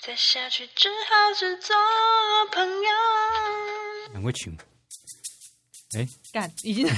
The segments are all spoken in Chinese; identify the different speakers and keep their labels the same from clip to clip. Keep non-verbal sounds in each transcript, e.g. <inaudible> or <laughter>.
Speaker 1: 再下去只好只做朋友。
Speaker 2: 难怪穷。哎，
Speaker 3: 干
Speaker 2: <laughs>
Speaker 3: 已经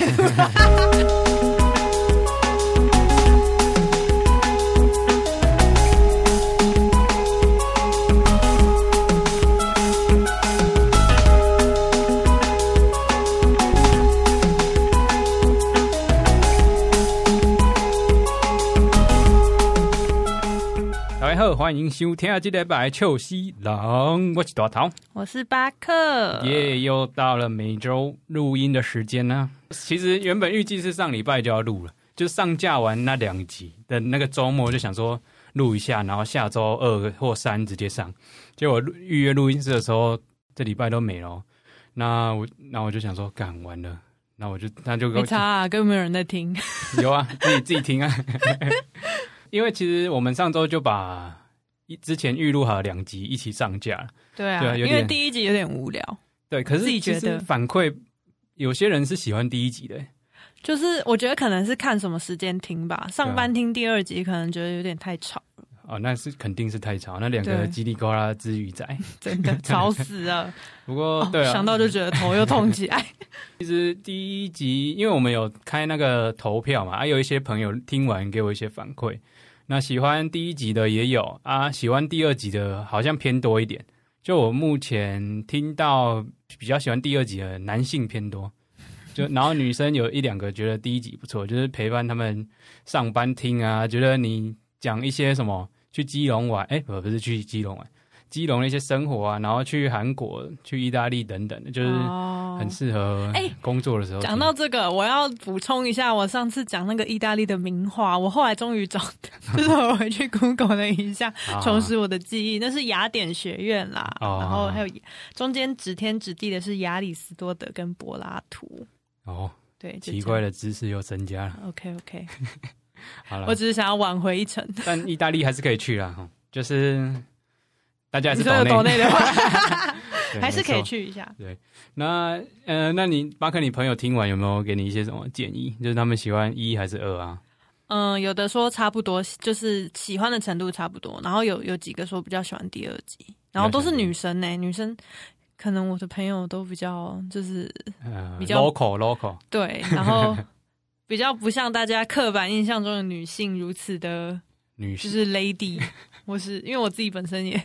Speaker 2: 大家好，欢迎收听这礼拜的臭西郎，我是大头。
Speaker 3: 我是巴克，
Speaker 2: 耶、又到了每周录音的时间呢、其实原本预计是上礼拜就要录了，就上架完那两集的那个周末，就想说录一下，然后下周二或三直接上。结果录预约录音室的时候，这礼拜都没了哦。那我那我就想说，干完了，那我就那就给
Speaker 3: 没
Speaker 2: 我
Speaker 3: 差、啊，根本没有人在听。
Speaker 2: 有啊，自己自己听啊。 <laughs> 因为其实我们上周就把一之前预录好的两集一起上架了，
Speaker 3: 对
Speaker 2: <laughs> 对
Speaker 3: 啊，
Speaker 2: 啊有
Speaker 3: 因
Speaker 2: 点
Speaker 3: 为第一集有点无聊，
Speaker 2: 对。可是
Speaker 3: 自己
Speaker 2: 其
Speaker 3: 觉
Speaker 2: 实
Speaker 3: 得
Speaker 2: 反馈，有些人是喜欢第一集的、欸
Speaker 3: 就是我觉得可能是看什么时间听
Speaker 2: 啊
Speaker 3: 吧，上班听第二集可能觉得有点太吵，
Speaker 2: 哦，那是肯定是太吵，那两个
Speaker 3: 对
Speaker 2: 叽里呱啦之余在。
Speaker 3: 真
Speaker 2: <laughs>
Speaker 3: 的吵死了。哦
Speaker 2: 不过对啊，
Speaker 3: 想到就觉得头又痛起来。
Speaker 2: 其实第一集，因为我们有开那个投票嘛，啊，有一些朋友听完给我一些反馈，那喜欢第一集的也有啊，喜欢第二集的好像偏多一点。就我目前听到比较喜欢第二集的男性偏多，就然后女生有一两个觉得第一集不错，就是陪伴他们上班听啊，觉得你讲一些什么去基隆玩，哎、不不是去基隆玩，基隆的一些生活啊，然后去韩国、去意大利等等的， <laughs> 就是。
Speaker 3: 哦
Speaker 2: 很适合
Speaker 3: 哎
Speaker 2: 工作的时候听。
Speaker 3: 讲到这个，我要补充一下，我上次讲那个意大利的名画，我后来终于找，就是我回去 <laughs> Google 了一下，
Speaker 2: 啊
Speaker 3: 重拾我的记忆，那是雅典学院啦，
Speaker 2: 哦
Speaker 3: 然后还有中间指天指地的是亚里士多德跟柏拉图，
Speaker 2: 哦，
Speaker 3: 对，就这
Speaker 2: 奇
Speaker 3: 样
Speaker 2: 怪。的知识又增加了。
Speaker 3: OK OK，
Speaker 2: 好了
Speaker 3: 我，只是想要挽回
Speaker 2: <laughs>
Speaker 3: 一程。
Speaker 2: 但意大利还是可以去啦，哈，就是大家还
Speaker 3: 你
Speaker 2: 是
Speaker 3: 说有
Speaker 2: 岛
Speaker 3: 岛内的话，
Speaker 2: <laughs> 对
Speaker 3: 还是可
Speaker 2: 没
Speaker 3: 以
Speaker 2: 错
Speaker 3: 去一下。
Speaker 2: 那呃，那你巴克，你朋友听完有没有给你一些什么建议？就是他们喜欢一还是二啊？
Speaker 3: 嗯，有的说差不多，就是喜欢的程度差不多，然后有有几个说比较喜欢第二集，然后都是女生呢、女生可能我的朋友都比较就是
Speaker 2: 呃
Speaker 3: 比较
Speaker 2: ，local local，
Speaker 3: 对，然
Speaker 2: <laughs>
Speaker 3: 后比较不像大家刻板印象中的女性如此的，
Speaker 2: 女
Speaker 3: 就
Speaker 2: 士
Speaker 3: 是 lady，
Speaker 2: <laughs>
Speaker 3: 我是因为我自己本身也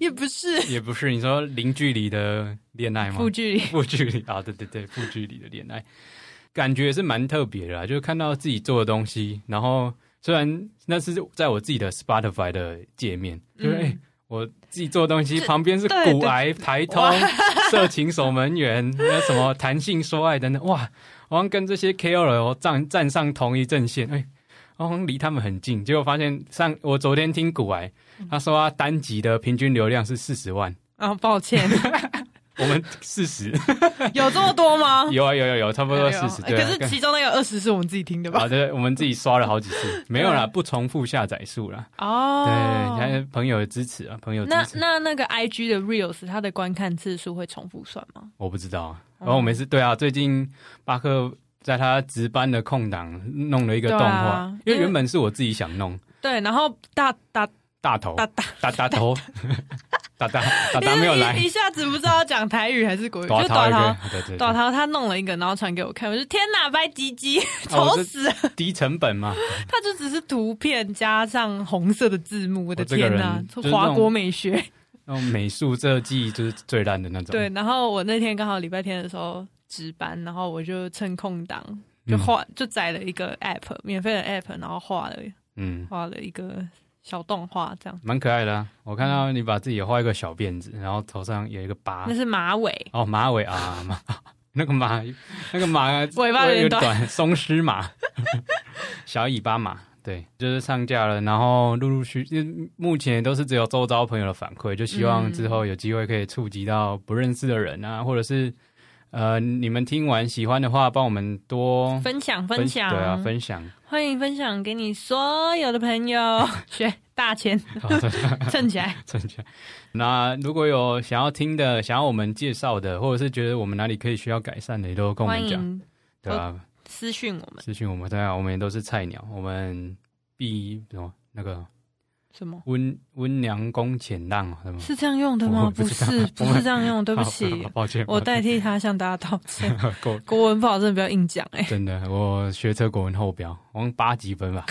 Speaker 3: 也不是
Speaker 2: 也不是你说零距离的恋爱吗？
Speaker 3: 负距离，
Speaker 2: <laughs> 负距离啊，对对对，负距离的恋爱，感觉也是蛮特别的啊啦，就是看到自己做的东西，然后虽然那是在我自己的 Spotify 的界面，就是、
Speaker 3: 嗯
Speaker 2: 哎我自己做的东西，
Speaker 3: 这
Speaker 2: 旁边是
Speaker 3: 对
Speaker 2: 骨癌、台通、 <laughs> 色情守门员，那什么弹性说爱等等，哇，好像跟这些 KOL 站站上同一阵线，哎、好像离他们很近，结果发现上我昨天听古癌，他说他单集的平均流量是四十万，
Speaker 3: 啊，抱歉，
Speaker 2: 我们四十，
Speaker 3: 有这么多吗？
Speaker 2: <laughs> 有啊有有有，差不多
Speaker 3: 哎呦
Speaker 2: 四十，对、
Speaker 3: 可
Speaker 2: 啊，
Speaker 3: 是其中那个二十是我们自己听的吧
Speaker 2: 好？的，我们自己刷了好几
Speaker 3: <laughs>
Speaker 2: 次，没有啦，
Speaker 3: 对
Speaker 2: 不重复下载数啦。啊对，
Speaker 3: 嗯哦，
Speaker 2: 还有朋友的支持啊，朋友支
Speaker 3: 那
Speaker 2: 持，
Speaker 3: 那那个 I G 的 Reels 它的观看次数会重复算吗？
Speaker 2: 我不知道啊。
Speaker 3: 哦
Speaker 2: 然后我每次对啊，最近巴克在他值班的空档弄了一个
Speaker 3: 对
Speaker 2: 动
Speaker 3: 啊
Speaker 2: 画，因为
Speaker 3: 因为
Speaker 2: 原本是我自己想弄
Speaker 3: 对，然后大大
Speaker 2: 大头
Speaker 3: 大大，
Speaker 2: 打打
Speaker 3: <laughs>
Speaker 2: 头，打打打打没有来
Speaker 3: 一，一下子不知道讲台语还是 <laughs> 国语，
Speaker 2: 打
Speaker 3: 就短
Speaker 2: 头
Speaker 3: 桃
Speaker 2: 一个，对对
Speaker 3: 短
Speaker 2: 对，
Speaker 3: 桃他弄了一个，然后传给我看，我就天哪，白唧 <laughs> 唧，
Speaker 2: 哦
Speaker 3: 丑死了！
Speaker 2: 低成本嘛，
Speaker 3: 他就只是图片加上红色的字幕， <laughs> 我的
Speaker 2: 我这个
Speaker 3: 天哪
Speaker 2: 人就是，那种
Speaker 3: 华国美学。
Speaker 2: 那种美术设计就是最烂的那种。
Speaker 3: 对，，然后我那天刚好礼拜天的时候值班，然后我就趁空档就
Speaker 2: 嗯
Speaker 3: 画，就载了一个 app 免费的 app，然后画了
Speaker 2: 嗯，
Speaker 3: 画了一个小动画这样。
Speaker 2: 蛮可爱的啊。我看
Speaker 3: 嗯
Speaker 2: 到你把自己画一个小辫子，然后头上有一个疤
Speaker 3: 那，是马尾，
Speaker 2: 哦，马尾啊，马那个马，那个马
Speaker 3: 尾巴有点短
Speaker 2: 短，松狮马， <laughs> 小尾巴马，对，就是上架了，然后陆陆续，因为目前都是只有周遭朋友的反馈，就希望之
Speaker 3: 嗯
Speaker 2: 后有机会可以触及到不认识的人啊，或者是呃，你们听完喜欢的话，帮我们多
Speaker 3: 分享分享，
Speaker 2: 对啊，分享，
Speaker 3: 欢迎分享给你所有的
Speaker 2: <laughs>
Speaker 3: 朋友，学大钱
Speaker 2: 好的
Speaker 3: 挣起来。
Speaker 2: 正确。那如果有想要听的，想要我们介绍的，或者是觉得我们哪里可以需要改善的，也都跟我
Speaker 3: 欢
Speaker 2: 们讲，
Speaker 3: 迎哦
Speaker 2: 对啊吧、
Speaker 3: 私讯我们，
Speaker 2: 哦私讯我们，对啊，我们也都是菜鸟，我们必什么那个
Speaker 3: 什么？
Speaker 2: 温温良恭俭让啊，什么？
Speaker 3: 是这样用的吗？
Speaker 2: 我不知道
Speaker 3: 是，
Speaker 2: 我
Speaker 3: 不
Speaker 2: 们
Speaker 3: 是这样用，对不
Speaker 2: 好
Speaker 3: 起
Speaker 2: <laughs> 好，抱歉，
Speaker 3: 我
Speaker 2: 抱歉
Speaker 3: 代替他向大家道歉。
Speaker 2: <laughs> 够
Speaker 3: 国文不好，真的不要硬讲
Speaker 2: <laughs>
Speaker 3: 哎、
Speaker 2: 真的，我学车国文后标，我用八级分吧。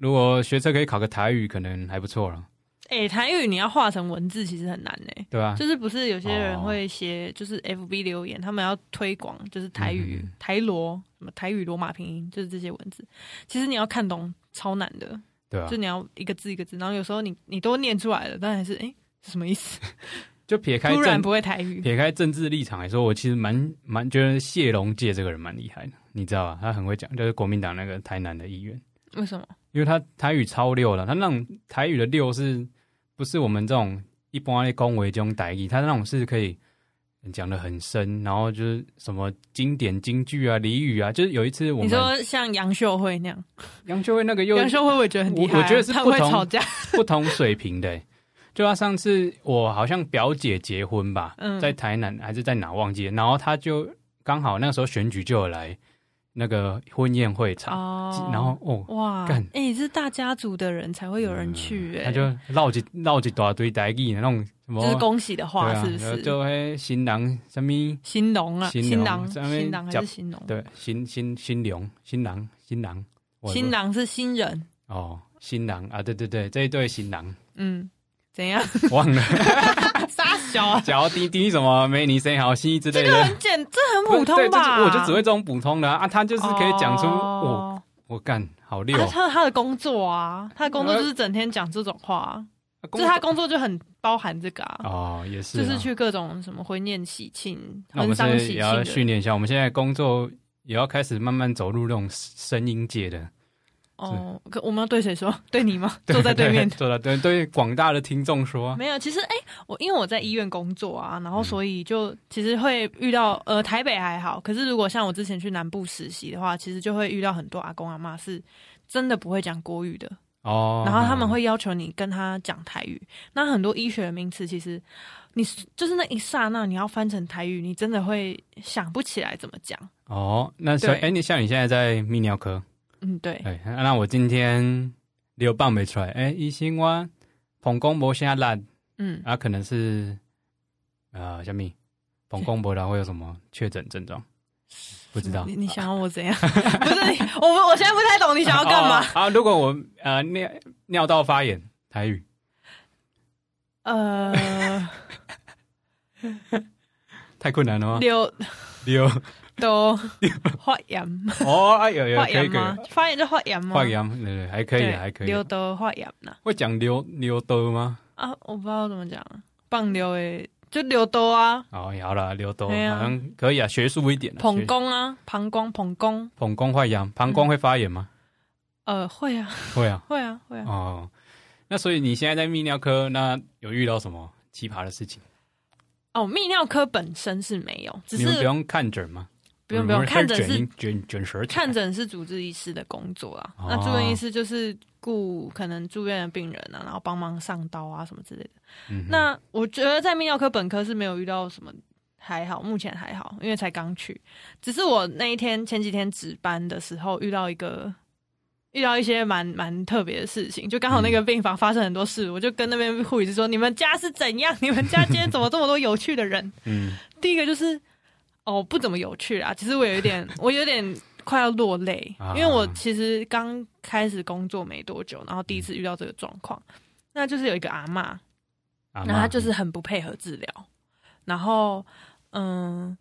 Speaker 2: 如果学车可以考个台语，可能还不错了，
Speaker 3: 哎、台语你要画成文字其实很难哎、
Speaker 2: 对吧、
Speaker 3: 就是不是有些人
Speaker 2: 啊哦
Speaker 3: 会写，就是 FB 留言，他们要推广就是台语、
Speaker 2: 嗯
Speaker 3: 台罗什么台语罗马拼音，就是这些文字。其实你要看懂超难的，
Speaker 2: 对吧、
Speaker 3: 就你要一个字一个字，然后有时候你你都念出来了，但还是哎、诶是什么意思？
Speaker 2: 就撇开
Speaker 3: 突然
Speaker 2: 政
Speaker 3: 不会台语，
Speaker 2: 撇开政治立场来说，我其实蛮蛮觉得谢龙介这个人蛮厉害的，你知道吧？他很会讲，就是国民党那个台南的议员，
Speaker 3: 为什么？
Speaker 2: 因为他台语超溜了，他那种台语的溜是不是我们这种一般的恭维这种台语？他那种是可以讲的很深，然后就是什么经典京剧啊、俚语啊，就是有一次我们
Speaker 3: 你说像杨秀慧那样，
Speaker 2: 杨秀慧那个又
Speaker 3: 杨秀慧我也觉得很厉害啊、
Speaker 2: 我我觉得是
Speaker 3: 她
Speaker 2: 不
Speaker 3: 会
Speaker 2: 同
Speaker 3: 吵架，
Speaker 2: 不同水平的欸、就他上次我好像表姐结婚吧，
Speaker 3: 嗯
Speaker 2: 在台南还是在哪忘记了，然后他就刚好那时候选举就有来那个婚宴会场，
Speaker 3: <laughs> 哦
Speaker 2: 然后哦，
Speaker 3: 哇，
Speaker 2: 干
Speaker 3: 哎、是大家族的人才会有人去哎、
Speaker 2: 他就绕一绕一大堆台语那种什么，
Speaker 3: 就是恭喜的话，
Speaker 2: 对啊
Speaker 3: 是不是？
Speaker 2: 就嘿新郎什么
Speaker 3: 新农啊，
Speaker 2: 新农
Speaker 3: 新郎，
Speaker 2: 上面
Speaker 3: 新郎还
Speaker 2: 讲
Speaker 3: 是新农？
Speaker 2: 对新新新娘新郎新郎我
Speaker 3: 新郎是新人，
Speaker 2: 哦新郎啊对对对这一对新郎 <laughs>
Speaker 3: 嗯，怎 <laughs> 样？
Speaker 2: 忘了
Speaker 3: 傻小啊，
Speaker 2: 脚滴滴什么没你谁好心之类的。
Speaker 3: 很简，这很普
Speaker 2: 不
Speaker 3: 通
Speaker 2: 是对
Speaker 3: 吧？
Speaker 2: 这是我就只会这种普通的啊，啊他就是可以讲出、我
Speaker 3: 哦
Speaker 2: 我干好溜，
Speaker 3: 啊他他的工作啊，他的工作就是整天讲这种话啊，
Speaker 2: 啊
Speaker 3: 就是他工作就很包含这个啊，
Speaker 2: 哦也是、啊，
Speaker 3: 就是。去各种什么婚宴喜庆、
Speaker 2: 那我
Speaker 3: 婚
Speaker 2: 们
Speaker 3: 丧
Speaker 2: 是
Speaker 3: 喜
Speaker 2: 也要
Speaker 3: 庆
Speaker 2: 训
Speaker 3: 的，
Speaker 2: 练一下，我们现在工作也要开始慢慢走入那种声音界的，
Speaker 3: 哦，可我们要对谁说？ <laughs> 对你吗？坐在对面
Speaker 2: <laughs>
Speaker 3: 的。
Speaker 2: 坐在对对广大的听众说啊，
Speaker 3: <laughs> 没有，其实哎、我因为我在医院工作啊，然后所以就其实会遇到呃台北还好，可是如果像我之前去南部实习的话，其实就会遇到很多阿公阿妈是真的不会讲国语的，
Speaker 2: 哦，
Speaker 3: 然后他们会要求你跟他讲台语。那很多医学的名词，其实你就是那一刹那你要翻成台语，你真的会想不起来怎么讲。
Speaker 2: 哦，那所以
Speaker 3: 对
Speaker 2: 哎，你像你现在在泌尿科，
Speaker 3: 嗯，对，
Speaker 2: 哎，啊那我今天流棒没出来，哎，医生我膀胱膜下烂，
Speaker 3: 嗯，
Speaker 2: 啊，可能是呃，小米膀胱膜然会有什么确诊症
Speaker 3: <laughs>
Speaker 2: 状？不知道，
Speaker 3: 你你想要我怎样？ <laughs> 不是你，我我现在不太懂你想要干嘛。
Speaker 2: 哦？啊，如果我呃尿尿道发炎，台语哦
Speaker 3: 呃，
Speaker 2: 太困难了
Speaker 3: <laughs>
Speaker 2: 吗？
Speaker 3: 六。
Speaker 2: 六
Speaker 3: 都发炎，
Speaker 2: <laughs> 哦，哎有有
Speaker 3: 发
Speaker 2: 可以
Speaker 3: 炎
Speaker 2: 可
Speaker 3: 吗
Speaker 2: 以，？
Speaker 3: 发炎就发炎吗？
Speaker 2: 发炎对对还可以
Speaker 3: 对
Speaker 2: 还可
Speaker 3: 溜
Speaker 2: 以，
Speaker 3: 都发炎呐
Speaker 2: 会讲溜溜兜吗？
Speaker 3: 啊！我不知道怎么讲，棒溜诶，就溜兜啊，
Speaker 2: 哦，好了，溜兜好
Speaker 3: 对啊
Speaker 2: 像可以啊，学术一点啊。
Speaker 3: 膀
Speaker 2: 学
Speaker 3: 胱啊，膀胱膀胱，
Speaker 2: 膀胱发炎，膀胱会发炎吗？
Speaker 3: 呃，会啊，
Speaker 2: 会啊。
Speaker 3: 会啊，会啊。
Speaker 2: 哦，那所以你现在在泌尿科，那有遇到什么奇葩的事情？
Speaker 3: 哦，泌尿科本身是没有，只
Speaker 2: 你们不
Speaker 3: 是
Speaker 2: 用看诊吗？
Speaker 3: 不用
Speaker 2: 你
Speaker 3: 不用
Speaker 2: 们
Speaker 3: 看诊
Speaker 2: 卷
Speaker 3: 是
Speaker 2: 一卷卷舌起来
Speaker 3: 看诊是主治医师的工作啊，
Speaker 2: 哦
Speaker 3: 那住院医师就是顾可能住院的病人啊，然后帮忙上刀啊什么之类的。
Speaker 2: 嗯哼
Speaker 3: 那我觉得在泌尿科本科是没有遇到什么还好，目前还好，因为才刚去。只是我那一天前几天值班的时候遇到一个。遇到一些蛮蛮特别的事情，就刚好
Speaker 2: 嗯
Speaker 3: 那个病房发生很多事，我就跟那边护理师说：“你们家是怎样？你们家今天怎么这么多有趣的人？”
Speaker 2: 嗯，
Speaker 3: 第一个就是哦，不怎么有趣啊。其实我有一
Speaker 2: <laughs>
Speaker 3: 点，我有点快要落泪
Speaker 2: 啊，
Speaker 3: 因为我其实刚开始工作没多久，然后第一次遇到这个状况，那就是有一个阿嬷，
Speaker 2: 阿
Speaker 3: 那
Speaker 2: 嬷
Speaker 3: 她就是很不配合治疗，然后嗯。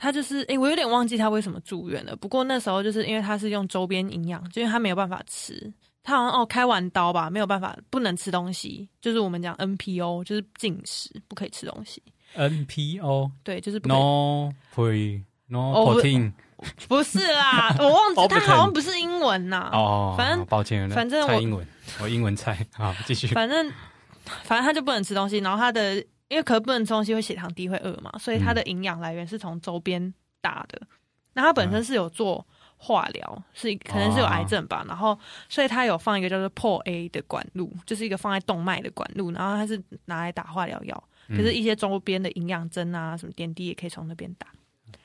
Speaker 3: 她就是，诶、我有点忘记她为什么住院了。不过那时候就是因为她是用周边营养，就因为她没有办法吃，她好像哦开完刀吧，没有办法不能吃东西，就是我们讲 NPO，就是禁食，不可以吃东西。
Speaker 2: NPO
Speaker 3: 对，就是不可以
Speaker 2: no pre no
Speaker 3: 哦不
Speaker 2: protein
Speaker 3: 不是啦， <laughs> 我忘记
Speaker 2: Overton
Speaker 3: 它好像不是英文呐、
Speaker 2: 哦，
Speaker 3: 反正
Speaker 2: 抱歉，那
Speaker 3: 反正我
Speaker 2: 猜英文，我英文猜 <laughs> 好，继续
Speaker 3: 反正反正他就不能吃东西，然后他的因为可不能吃东西会血糖低会饿嘛，所以他的营养来源是从周边打的。那他本身是有做化疗，是可能是有癌症吧，
Speaker 2: 嗯
Speaker 3: 然后所以他有放一个叫做 p o A 的管路，就是一个放在动脉的管路，然后他是拿来打化疗药。
Speaker 2: 嗯
Speaker 3: 可是，一些周边的营养针啊，什么点滴也可以从那边打。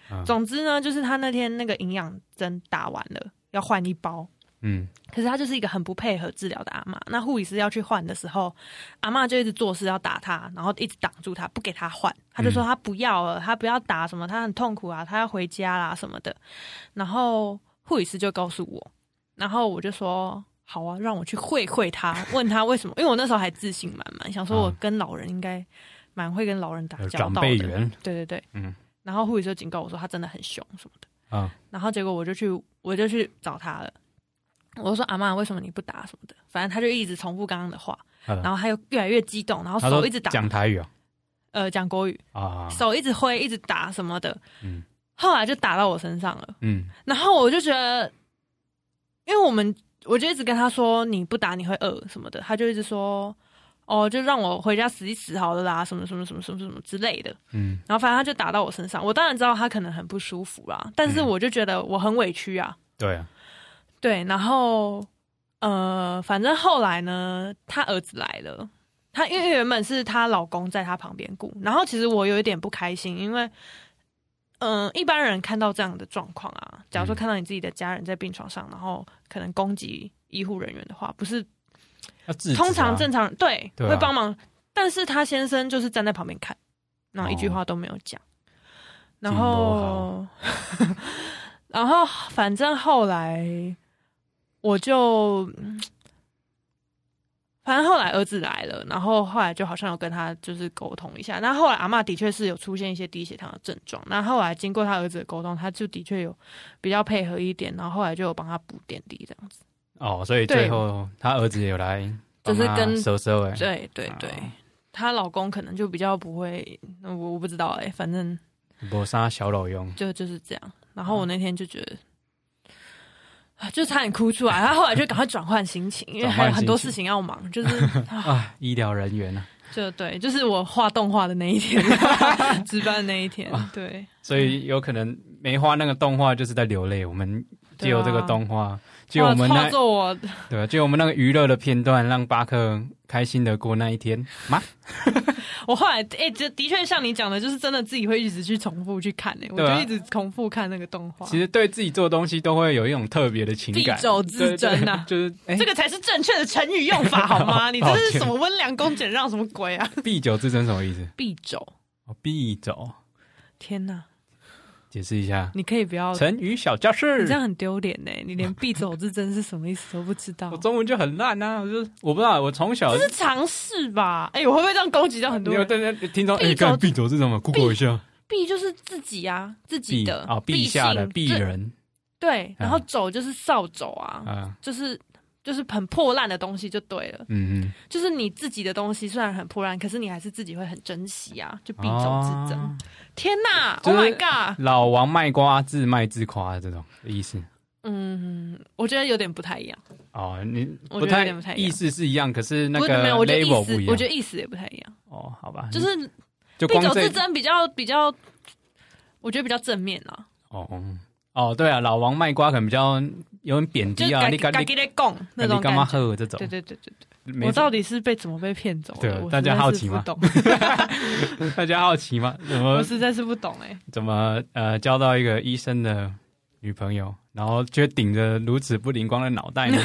Speaker 2: 嗯
Speaker 3: 总之呢，就是他那天那个营养针打完了，要换一包，
Speaker 2: 嗯，
Speaker 3: 可是他就是一个很不配合治疗的阿嬷。那护理师要去换的时候，阿嬷就一直做事要打他，然后一直挡住他，不给他换。他就说他不要了，他不要打什么，他很痛苦啊，他要回家啦什么的。然后护理师就告诉我，然后我就说好啊，让我去会会他，问他为什么？因为我那时候还自信满满，想说我跟老人应该蛮会跟老人打
Speaker 2: 有
Speaker 3: 交
Speaker 2: 长
Speaker 3: 道
Speaker 2: 辈
Speaker 3: 的。
Speaker 2: 缘
Speaker 3: 对对对，
Speaker 2: 嗯
Speaker 3: 嗯。然后护理师就警告我说他真的很凶什么的。
Speaker 2: 啊，
Speaker 3: 然后结果我就去，我就去找他了。我说阿妈，为什么你不打什么的？反正他就一直重复刚刚的话，
Speaker 2: 嗯
Speaker 3: 然后他又越来越激动，然后
Speaker 2: 他
Speaker 3: 手
Speaker 2: 都
Speaker 3: 一直打，
Speaker 2: 讲台语哦
Speaker 3: 呃，讲国语，
Speaker 2: 啊，
Speaker 3: 手一直挥，一直打什么的。
Speaker 2: 嗯
Speaker 3: 后来就打到我身上了，
Speaker 2: 嗯
Speaker 3: 然后我就觉得，因为我们我就一直跟他说你不打你会饿什么的，他就一直说哦，就让我回家死一死好了啦，什么什么什么什么什么之类的。
Speaker 2: 嗯
Speaker 3: 然后反正他就打到我身上，我当然知道他可能很不舒服啦，但是
Speaker 2: 嗯
Speaker 3: 我就觉得我很委屈啊。
Speaker 2: 对啊，
Speaker 3: 对，然后呃，反正后来呢，她儿子来了，她因为原本是她老公在她旁边顾，然后其实我有一点不开心，因为嗯、呃一般人看到这样的状况啊，假如说
Speaker 2: 嗯
Speaker 3: 看到你自己的家人在病床上，然后可能攻击医护人员的话，不是
Speaker 2: 要制止啊
Speaker 3: 通常正常人对
Speaker 2: 对啊
Speaker 3: 会帮忙，但是她先生就是站在旁边看，然后一句话都没有讲，然
Speaker 2: 紧锣
Speaker 3: 后
Speaker 2: 号
Speaker 3: <laughs> 然后反正后来我就。嗯反正后来儿子来了，然后后来就好像有跟他就是沟通一下。那后来阿嬷的确是有出现一些低血糖的症状，那后来经过他儿子的沟通，他就的确有比较配合一点，然后后来就有帮他补点滴这样子。
Speaker 2: 哦，所以
Speaker 3: 对
Speaker 2: 最后他儿子也有来帮
Speaker 3: 就是
Speaker 2: 他
Speaker 3: 跟
Speaker 2: 收收哎，
Speaker 3: 对对对
Speaker 2: 哦，
Speaker 3: 她老公可能就比较不会，我我不知道哎、反正
Speaker 2: 抹杀小老用，
Speaker 3: 就就是这样。然后我那天就觉得，啊就差点哭出来。他后来就赶快转换心情，因为还有很多事情要忙，
Speaker 2: <laughs>
Speaker 3: 就是
Speaker 2: 啊，医疗人员啊，
Speaker 3: 就对，就是我画动画的那
Speaker 2: <laughs>
Speaker 3: 一天，值班的那一天，
Speaker 2: 啊
Speaker 3: 对，
Speaker 2: 所
Speaker 3: 嗯
Speaker 2: 以有可能没画那个动画就是在流泪，我们借由这个动画，借由
Speaker 3: 画
Speaker 2: 我们
Speaker 3: 画
Speaker 2: 那
Speaker 3: 啊作我
Speaker 2: 对啊吧？借由我们那个娱乐的片段，让巴克开心的过那一天吗？
Speaker 3: 我后来哎，这、的确像你讲的，就是真的自己会一直去重复去看哎、我
Speaker 2: 对啊
Speaker 3: 就一直重复看那个动画，
Speaker 2: 其实对自己做东西都会有一种特别的情感，
Speaker 3: 敝帚自珍啊
Speaker 2: 对对就是哎，
Speaker 3: <laughs> 这个才是正确的成语用
Speaker 2: <laughs>
Speaker 3: 法好
Speaker 2: 抱
Speaker 3: 吗？你这
Speaker 2: 抱
Speaker 3: 是
Speaker 2: 歉
Speaker 3: 什么温良恭俭让什么鬼啊？
Speaker 2: 敝帚自珍什么意思？
Speaker 3: 必走，
Speaker 2: 哦，敝帚，
Speaker 3: 天哪！
Speaker 2: 解释一下。
Speaker 3: 你可以不要，嗯你
Speaker 2: 成语小教室
Speaker 3: 这，样很丢脸呢。你连必走之争是什么意思都不知道
Speaker 2: 我，中文就很烂啊，我就是我不知道，我从小
Speaker 3: 这是尝试吧？哎、我会不会这样攻击到很多
Speaker 2: 你有
Speaker 3: 人？
Speaker 2: 对对听众
Speaker 3: 敝帚
Speaker 2: 哎，看敝帚是什么？Google 一下，
Speaker 3: 必就是自己啊，自己的
Speaker 2: 啊，陛下的
Speaker 3: 必
Speaker 2: 鄙
Speaker 3: 姓这
Speaker 2: 人
Speaker 3: 对，然后
Speaker 2: 嗯
Speaker 3: 走就是扫帚啊，
Speaker 2: 啊，
Speaker 3: 就是就是很破烂的东西就对了。
Speaker 2: 嗯嗯，
Speaker 3: 就是你自己的东西虽然很破烂，可是你还是自己会很珍惜啊，就必走之争。
Speaker 2: 哦
Speaker 3: 天哪、
Speaker 2: 就是
Speaker 3: o h my god！
Speaker 2: 老王卖瓜，自卖自夸的这种意思。
Speaker 3: 嗯，我觉得有点不太一样。
Speaker 2: 哦，你
Speaker 3: 我
Speaker 2: 不
Speaker 3: 觉得
Speaker 2: 太
Speaker 3: 有点不太一样
Speaker 2: 意思是一样，可是那
Speaker 3: 不是没
Speaker 2: 个
Speaker 3: 有，我觉得意
Speaker 2: level 不
Speaker 3: 思
Speaker 2: 一，样
Speaker 3: 我觉。得意思也不太一样。
Speaker 2: 哦，好吧，
Speaker 3: 就是
Speaker 2: 就
Speaker 3: 必
Speaker 2: 光
Speaker 3: 走
Speaker 2: 这
Speaker 3: 之争比较比较，我觉得比较正面啊，
Speaker 2: 哦嗯哦，对啊，老王卖瓜可能比较有点贬
Speaker 3: 就
Speaker 2: 低
Speaker 3: 是
Speaker 2: 啊，
Speaker 3: 敢
Speaker 2: 你敢
Speaker 3: 敢
Speaker 2: 你
Speaker 3: 给来供那种
Speaker 2: 你干
Speaker 3: 感
Speaker 2: 嘛
Speaker 3: 觉。
Speaker 2: 喝这种
Speaker 3: 对？对对对对，
Speaker 2: 没
Speaker 3: 我到底是被怎么被骗走
Speaker 2: 对
Speaker 3: 的？我
Speaker 2: 大家
Speaker 3: 实在
Speaker 2: 好
Speaker 3: 是
Speaker 2: 奇
Speaker 3: 不
Speaker 2: 吗
Speaker 3: 懂，
Speaker 2: 大家好奇吗？怎
Speaker 3: 我
Speaker 2: 么
Speaker 3: 实在是不懂
Speaker 2: <laughs>
Speaker 3: 哎。
Speaker 2: 怎么呃交到一个医生的女朋友，然后却顶着如此不灵光的脑
Speaker 3: <laughs>
Speaker 2: 袋呢？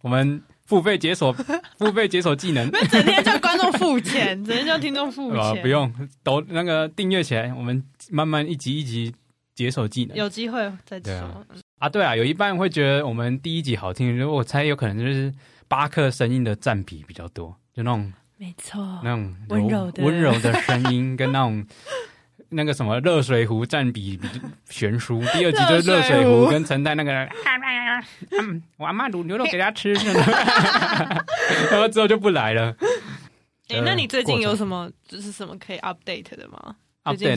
Speaker 2: 我们付费解锁 <laughs> 付费解锁技能。
Speaker 3: 不是整天叫观众付钱，整天叫听众付
Speaker 2: 啊，
Speaker 3: 钱，
Speaker 2: 不。用，都那个订阅起来，我们慢慢一集一集解锁技能。
Speaker 3: 有机会再
Speaker 2: 对啊
Speaker 3: 说。
Speaker 2: 啊，对啊，有一半人会觉得我们第一集好听，就是我猜有可能就是巴克声音的占比比较多，就那种
Speaker 3: 没错
Speaker 2: 那种
Speaker 3: 哦温柔的
Speaker 2: 温柔的声音跟那种 <laughs> 那个什么热水壶占比比悬
Speaker 3: <laughs>
Speaker 2: 殊。第二集就是热水
Speaker 3: 热水
Speaker 2: 壶
Speaker 3: 壶
Speaker 2: 跟陈丹那个人，
Speaker 3: 哎
Speaker 2: 嗯，我阿妈卤牛肉给他吃，
Speaker 3: <laughs>
Speaker 2: 然后之后就不来了。
Speaker 3: 哎、
Speaker 2: 呃
Speaker 3: 那你最
Speaker 2: 过
Speaker 3: 近
Speaker 2: 程
Speaker 3: 有什么就是什么可以 update 的吗？最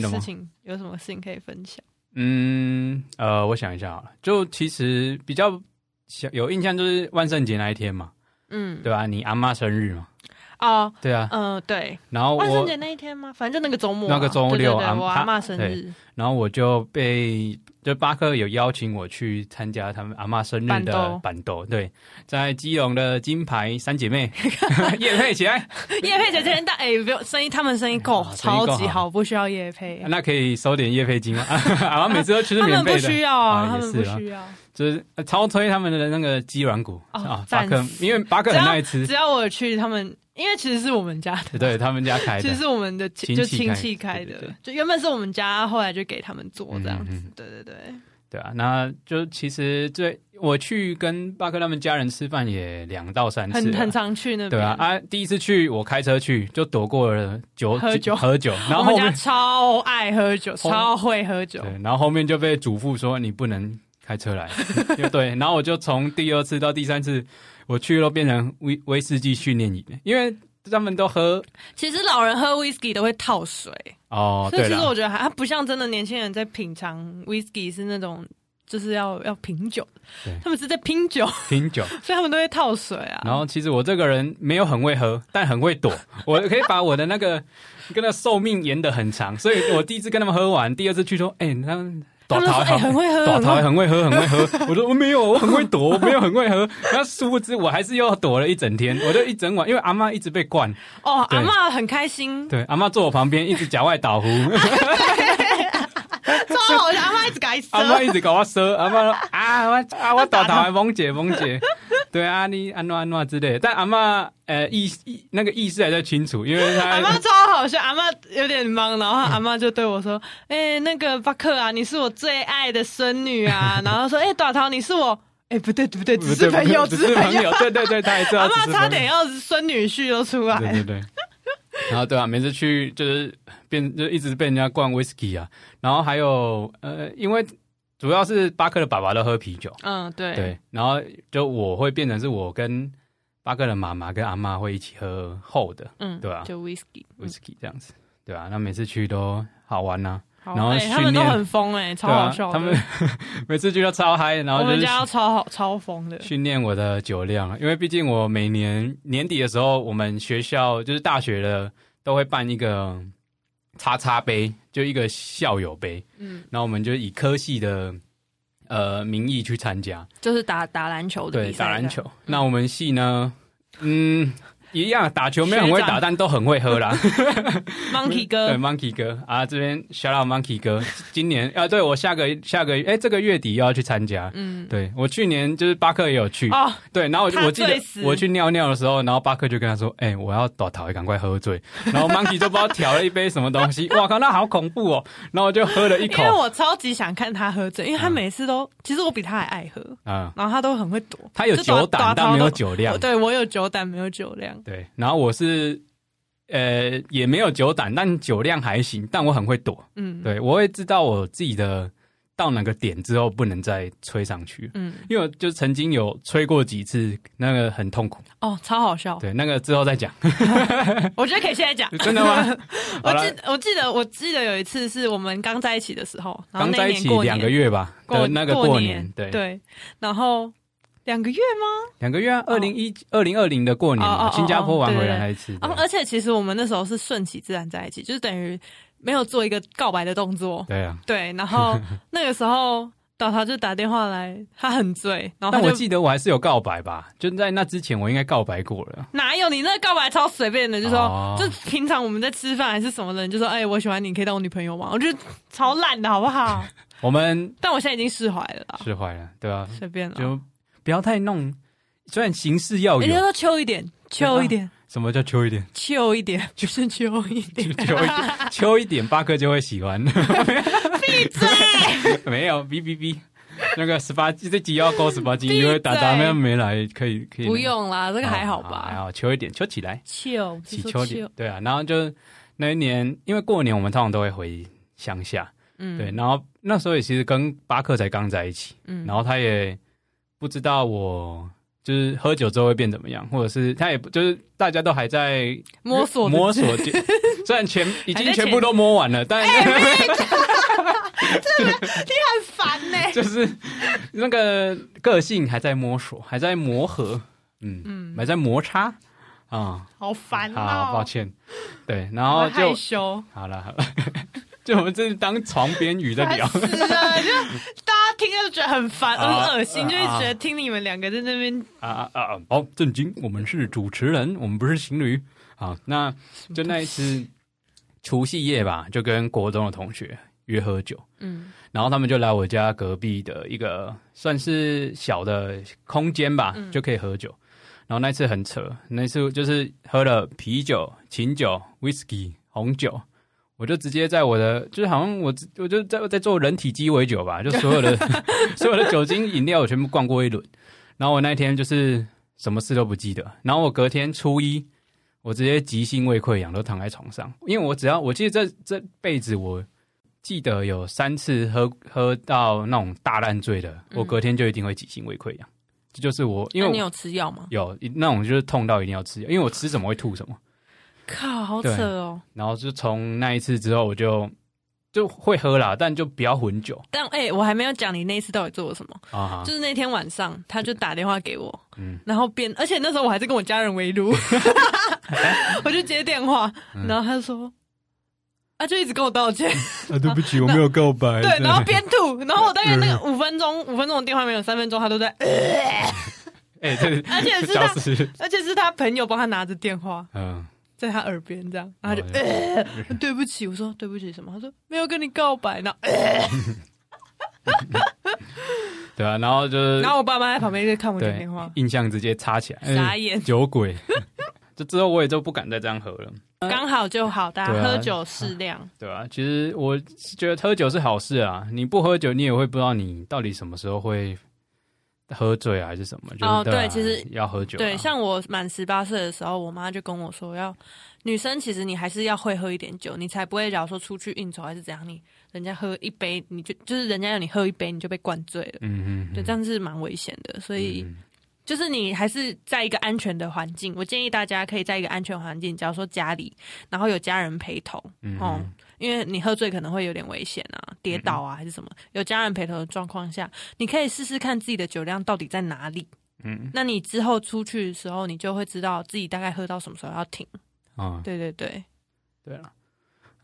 Speaker 2: update
Speaker 3: 近
Speaker 2: 了吗
Speaker 3: 事？情有什么事情可以分享？
Speaker 2: 嗯，呃，我想一下好了，就其实比较想有印象就是万圣节那一天嘛，
Speaker 3: 嗯，
Speaker 2: 对吧、你阿妈生日嘛，
Speaker 3: 哦，
Speaker 2: 对啊，
Speaker 3: 嗯、对，
Speaker 2: 然后
Speaker 3: 万圣节
Speaker 2: 我
Speaker 3: 那一天吗？反正就那个周末啊，
Speaker 2: 那个周六
Speaker 3: 对对
Speaker 2: 啊
Speaker 3: 对我
Speaker 2: 他
Speaker 3: 阿妈生日，
Speaker 2: 然后我就被就巴克有邀请我去参加他们阿妈生日
Speaker 3: 板
Speaker 2: 的
Speaker 3: 豆
Speaker 2: 板豆，对，在基隆的金牌三姐
Speaker 3: <laughs>
Speaker 2: 妹夜配起来，
Speaker 3: 叶佩姐今天到，哎、不用生意，他们生意够
Speaker 2: 啊，生意
Speaker 3: 超
Speaker 2: 够
Speaker 3: 级
Speaker 2: 好
Speaker 3: 好，不需要叶佩，
Speaker 2: 那可以收点夜配金吗？啊，阿妈每次都吃 <laughs>
Speaker 3: 他
Speaker 2: 免
Speaker 3: 们
Speaker 2: 费
Speaker 3: 不
Speaker 2: 的，
Speaker 3: 需要啊，
Speaker 2: 啊
Speaker 3: 他
Speaker 2: 也
Speaker 3: 们
Speaker 2: 是
Speaker 3: 不
Speaker 2: 啊
Speaker 3: 需要。
Speaker 2: 就是呃超推他们的那个鸡软骨
Speaker 3: 哦
Speaker 2: 啊，巴
Speaker 3: 赞
Speaker 2: 克，因为巴克很爱吃
Speaker 3: 只，要我去他们，因为其实是我们家
Speaker 2: <laughs>
Speaker 3: 的，
Speaker 2: 对他们家开
Speaker 3: 其
Speaker 2: 的
Speaker 3: 实，是我们的
Speaker 2: 亲戚
Speaker 3: 就亲
Speaker 2: 开
Speaker 3: 戚开
Speaker 2: 对对对
Speaker 3: 的，就原本是我们家，后来就给他们做这样
Speaker 2: 嗯嗯
Speaker 3: 子
Speaker 2: 嗯，
Speaker 3: 对对对。
Speaker 2: 对啊，那就其实最我去跟巴克他们家人吃饭也两到三次
Speaker 3: 很
Speaker 2: 啊，
Speaker 3: 很常去那边。
Speaker 2: 对啊，啊，第一次去我开车去就躲过了酒
Speaker 3: 喝酒
Speaker 2: 喝酒，然后
Speaker 3: 我们
Speaker 2: 后
Speaker 3: 家
Speaker 2: 面
Speaker 3: 超爱喝酒，
Speaker 2: 后
Speaker 3: 超会喝酒。
Speaker 2: 对，然后后面就被嘱咐说你不能开车来， <laughs> 就对，然后我就从第二次到第三次我去了变成威威士忌训练营，因为他们都喝
Speaker 3: 其实老人喝 whisky 都会套水，
Speaker 2: 哦，
Speaker 3: 所以
Speaker 2: 对
Speaker 3: 其实
Speaker 2: 了
Speaker 3: 我，觉得还它啊不像真的年轻人在品尝 whisky 是那种就是要要品酒
Speaker 2: 对，
Speaker 3: 他们是在拼酒，
Speaker 2: 品酒。
Speaker 3: 所以他们都会套水啊。
Speaker 2: 然后其实我这个人没有很会喝，但很会躲。我可以把我的那个跟那寿命延得很长，所以我第一次跟他们喝完，第二次去说，哎、他们
Speaker 3: 他
Speaker 2: 躲
Speaker 3: 们说
Speaker 2: 逃
Speaker 3: 哎、很会喝，
Speaker 2: 躲
Speaker 3: 很
Speaker 2: 逃
Speaker 3: 会喝。
Speaker 2: 很会喝，很会喝。我说我没有，我很会躲，我没有很会喝。那殊不知我还是又躲了一整天，我就一整晚，因为阿妈一直被灌，
Speaker 3: 哦，
Speaker 2: 对
Speaker 3: 阿嬷很开 <laughs> 心，
Speaker 2: 对，阿妈坐我旁边一直夹外倒壶，
Speaker 3: 超好笑，阿嬷一直改
Speaker 2: 阿妈
Speaker 3: 折。
Speaker 2: 一直搞我舌，阿妈说啊我啊我倒倒，萌姐萌姐，对啊你安诺安诺之类的，但阿妈呃意意那个意识还在清楚，因为
Speaker 3: 阿妈
Speaker 2: 她。
Speaker 3: 超好笑，阿妈有点忙，然后阿妈就对我说：“ <laughs> 哎、那个巴克啊，你是我最爱的孙女
Speaker 2: <laughs>
Speaker 3: 啊。”然后说：“哎、短桃，你是我……哎、不对，不对， <laughs> 只是朋友，
Speaker 2: <laughs> 只
Speaker 3: 只
Speaker 2: 是
Speaker 3: 是
Speaker 2: 朋
Speaker 3: 朋友。
Speaker 2: 友，对对对，他也知”道
Speaker 3: <laughs> 阿
Speaker 2: 只是
Speaker 3: 妈
Speaker 2: 朋友。
Speaker 3: 差点要孙女婿都出来
Speaker 2: 对
Speaker 3: 了
Speaker 2: 对，对。 <laughs> 然后对啊，每次去就是变就一直被人家灌 whisky 啊，然后还有呃，因为主要是巴克的爸爸都喝啤酒，
Speaker 3: 嗯，对，
Speaker 2: 对，然后就我会变成是我跟巴克的妈妈跟阿妈会一起喝厚的
Speaker 3: 嗯，
Speaker 2: 对啊
Speaker 3: 就 whisky，嗯
Speaker 2: whisky 这样子，对啊，那每次去都好玩呐、
Speaker 3: 好
Speaker 2: 然后
Speaker 3: 哎
Speaker 2: 训
Speaker 3: 他们都
Speaker 2: 练
Speaker 3: 很疯哎，超
Speaker 2: 对啊
Speaker 3: 好笑的。
Speaker 2: 他们 <laughs> 每次去都超嗨，然
Speaker 3: 我
Speaker 2: 后
Speaker 3: 们
Speaker 2: 就是
Speaker 3: 家要超好超疯
Speaker 2: <laughs>
Speaker 3: 的，
Speaker 2: 训练我的酒量，因为毕竟我每年年底的时候，我们学校就是大学的都会办一个叉叉杯，就一个校友杯，
Speaker 3: 嗯，
Speaker 2: 然后我们就以科系的呃名义去参加，
Speaker 3: 就是打打篮球的嗯
Speaker 2: 对，
Speaker 3: 比赛，
Speaker 2: 打篮球。那我们系呢，嗯，一样打球没有很会
Speaker 3: 学
Speaker 2: 打，
Speaker 3: 长
Speaker 2: 但都很会
Speaker 3: <laughs>
Speaker 2: 喝啦。
Speaker 3: 这样
Speaker 2: 对
Speaker 3: ，Monkey 哥，
Speaker 2: ，Monkey 哥啊，这边 shout out Monkey 哥，今年啊，对我下个下个哎这个月底又要去参加。
Speaker 3: 嗯，
Speaker 2: 对我去年就是巴克也有去，
Speaker 3: 哦，
Speaker 2: <laughs> 对，然后我就
Speaker 3: 他
Speaker 2: 我记得
Speaker 3: 醉死
Speaker 2: 我去尿尿的时候，然后巴克就跟他说：“哎、我要倒逃，赶快喝醉。”然后 Monkey 就不知道调了一杯什么东
Speaker 3: <laughs>
Speaker 2: 西，哇靠，那好恐怖哦！然后我就喝了一口
Speaker 3: 因为，我超级想看他喝醉，因为他每次都，其实我比他还爱喝，
Speaker 2: 啊、
Speaker 3: 然后他都很会躲。
Speaker 2: 他有
Speaker 3: 就
Speaker 2: 酒
Speaker 3: 躲
Speaker 2: 胆，
Speaker 3: 躲
Speaker 2: 但
Speaker 3: 逃
Speaker 2: 没有
Speaker 3: 都
Speaker 2: 酒量
Speaker 3: 我。对我有酒胆，没有酒量。
Speaker 2: 对，然后我是呃也没有酒胆，但酒量还行，但我很会躲。
Speaker 3: 嗯，，
Speaker 2: 对，我会知道我自己的到哪个点之后不能再吹上去，
Speaker 3: 嗯，
Speaker 2: 因为我就曾经有吹过几次，那个很痛苦。
Speaker 3: 哦，超好笑。
Speaker 2: 对，那个之后再
Speaker 3: <laughs>
Speaker 2: 讲。。
Speaker 3: 我觉得可以现在讲
Speaker 2: <laughs> 真的
Speaker 3: <laughs>
Speaker 2: 吗？好
Speaker 3: 我
Speaker 2: 啦
Speaker 3: 记我记得我记得有一次是我们刚在一起的时候，然
Speaker 2: 刚
Speaker 3: 后那
Speaker 2: 在一
Speaker 3: 年
Speaker 2: 起
Speaker 3: 过
Speaker 2: 两
Speaker 3: 年
Speaker 2: 个月吧，
Speaker 3: 过
Speaker 2: 的那个
Speaker 3: 过
Speaker 2: 年，对，
Speaker 3: 对，然后两个月吗？
Speaker 2: 两个月啊，
Speaker 3: 哦
Speaker 2: 二零一二零二零的过年嘛，
Speaker 3: 哦哦哦
Speaker 2: 新加坡玩
Speaker 3: 哦
Speaker 2: 回
Speaker 3: 对对
Speaker 2: 来
Speaker 3: 对
Speaker 2: 那一次，
Speaker 3: 啊，
Speaker 2: 对
Speaker 3: 而且其实我们那时候是顺其自然在一起，就是等于没有做一个告白的动作。
Speaker 2: 对啊。
Speaker 3: 对，哦
Speaker 2: <laughs>
Speaker 3: 然后那个时候导逃就打电话来，他很醉，然后
Speaker 2: 但
Speaker 3: 他
Speaker 2: 我
Speaker 3: 就
Speaker 2: 记得我还是有告白吧，就在那之前我应该告白过了。
Speaker 3: 哪有你那个告白超随便的，就说、
Speaker 2: 哦
Speaker 3: 就平常我们在吃饭还是什么的，你就说哎、我喜欢你，可以当我女朋友吗？我觉得超烂的好不好？ <laughs>
Speaker 2: 我们
Speaker 3: 但我现在已经释怀了啦，
Speaker 2: 释怀了，对啊，
Speaker 3: 随便了。
Speaker 2: 就不要太弄，虽然形式要
Speaker 3: 人家
Speaker 2: 有。
Speaker 3: 说秋一点，秋一点，
Speaker 2: 什么叫秋一点？
Speaker 3: 秋一点，就是秋一点。
Speaker 2: 秋一
Speaker 3: 啊
Speaker 2: 点，秋一点，巴克就会喜
Speaker 3: <laughs>
Speaker 2: 欢。闭 <laughs> 嘴！没有，哔哔哔。那个十八，这集要勾十八禁，因为达达
Speaker 3: 闭
Speaker 2: 妹
Speaker 3: 嘴
Speaker 2: 没来，可以可以。
Speaker 3: <laughs> 不用啦，这
Speaker 2: 那
Speaker 3: 个
Speaker 2: 个，
Speaker 3: 还好
Speaker 2: 还
Speaker 3: 吧？
Speaker 2: 哦好，秋一点，秋起来。
Speaker 3: 秋，
Speaker 2: 起秋点，对啊，然后就那一年，因为过年我们通常都会回乡下，
Speaker 3: 嗯，
Speaker 2: 对，，然后那时候也其实跟巴克才刚在一起，
Speaker 3: 嗯
Speaker 2: 然后他也不知道我就是喝酒之后会变怎么样，或者是他也不就是大家都还在
Speaker 3: 摸索
Speaker 2: 摸
Speaker 3: <laughs> 摸，
Speaker 2: 索阶，虽然全已经
Speaker 3: 还在
Speaker 2: 全
Speaker 3: 前哎
Speaker 2: 部都摸完了，但
Speaker 3: 很烦呢。
Speaker 2: <laughs> <laughs> 就是那个个性还在摸索，还在磨合，嗯嗯，还在摩擦啊、
Speaker 3: 好烦
Speaker 2: 好，抱
Speaker 3: 哦，
Speaker 2: 歉，对，然
Speaker 3: 我
Speaker 2: 后就
Speaker 3: 害羞，
Speaker 2: 好了好了， <laughs> 就我们这是当床边语在
Speaker 3: 烦
Speaker 2: 聊。
Speaker 3: <laughs> 死了！就大家听着就觉得很烦，
Speaker 2: 啊
Speaker 3: 很恶心，
Speaker 2: 啊
Speaker 3: 就一直觉得听你们两个在那边
Speaker 2: 啊啊啊！啊好，震惊！我们是主持人，我们不是情侣。啊
Speaker 3: 嗯
Speaker 2: 好，那就那一次除夕夜吧，就跟国中的同学约喝酒，
Speaker 3: 嗯
Speaker 2: 然后他们就来我家隔壁的一个算是小的空间吧，
Speaker 3: 嗯
Speaker 2: 就可以喝酒。然后那次很扯，那次就是喝了啤酒、琴酒、whisky、红酒，我就直接在我的就是好像我我就在在做人体鸡尾酒吧，就所有
Speaker 3: <laughs>
Speaker 2: 的所有的酒精饮料我全部灌过一轮。然后我那天就是什么事都不记得，然后我隔天初一。我直接急性胃溃疡，都躺在床上，因为我只要我记得这这辈子我记得有三次喝喝到那种大烂醉的，
Speaker 3: 嗯
Speaker 2: 我隔天就一定会急性胃溃疡。这就是我，因为
Speaker 3: 那
Speaker 2: 我
Speaker 3: 你有吃药吗？
Speaker 2: 有一那种就是痛到一定要吃药，因为我吃什么会吐什么。
Speaker 3: 靠，好扯
Speaker 2: 对
Speaker 3: 哦！
Speaker 2: 然后就从那一次之后，我就就会喝啦，但就不要混酒
Speaker 3: 但哎、我还没有讲你那一次到底做了什么。
Speaker 2: 啊
Speaker 3: 就。是那天晚上，他就打电话给我，
Speaker 2: 嗯
Speaker 3: 然后边，而且那时候我还在跟我家人
Speaker 2: <laughs>
Speaker 3: 围炉，我就接电话，
Speaker 2: 嗯
Speaker 3: 然后他就说，啊，就一直跟我道歉，
Speaker 2: 啊，对不起，我没有告 <laughs> 白。
Speaker 3: 对，然后边吐，然后我大概那个
Speaker 2: 嗯
Speaker 3: 五分钟，五分钟的电话没有三分钟，他都在，呃
Speaker 2: 哎，这
Speaker 3: 而且是
Speaker 2: 小
Speaker 3: 他，
Speaker 2: 事，
Speaker 3: 而且是他朋友帮他拿着电话，
Speaker 2: 嗯，
Speaker 3: 在他耳边这样，然后他就、
Speaker 2: 哦 <laughs>
Speaker 3: 呃对不起，我说对不起什么，他说没有跟你告白，然后、呃
Speaker 2: 对啊，然后就是
Speaker 3: 然后我爸妈在旁边就看我讲
Speaker 2: 对
Speaker 3: 电话，，
Speaker 2: 印象直接插起来，
Speaker 3: 傻
Speaker 2: 哎
Speaker 3: 眼
Speaker 2: 酒鬼。 <laughs> 这之后我也就不敢再这样喝了。
Speaker 3: 刚好就好，大
Speaker 2: 对
Speaker 3: 家
Speaker 2: 啊
Speaker 3: 喝酒适量。
Speaker 2: 对啊，其实我是觉得喝酒是好事啊，你不喝酒，你也会不知道你到底什么时候会喝醉啊，还是什么。就是
Speaker 3: 哦
Speaker 2: 对啊，
Speaker 3: 对其实
Speaker 2: 要喝酒啊、
Speaker 3: 对，像我满十八岁的时候，我妈就跟我说要，女生其实你还是要会喝一点酒，你才不会假如说出去应酬还是怎样，你人家喝一杯，你就就是人家要你喝一杯，你就被灌醉了，
Speaker 2: 嗯嗯，嗯
Speaker 3: 对，这样是蛮危险的。所以、就是你还是在一个安全的环境，我建议大家可以在一个安全环境，假如说家里，然后有家人陪同，
Speaker 2: 嗯
Speaker 3: 哦，因为你喝醉可能会有点危险啊，跌倒啊还是什么，有家人陪同的状况下，你可以试试看自己的酒量到底在哪里。
Speaker 2: 嗯
Speaker 3: 那你之后出去的时候，你就会知道自己大概喝到什么时候要停。
Speaker 2: 啊，
Speaker 3: 对对对，
Speaker 2: 对了。哦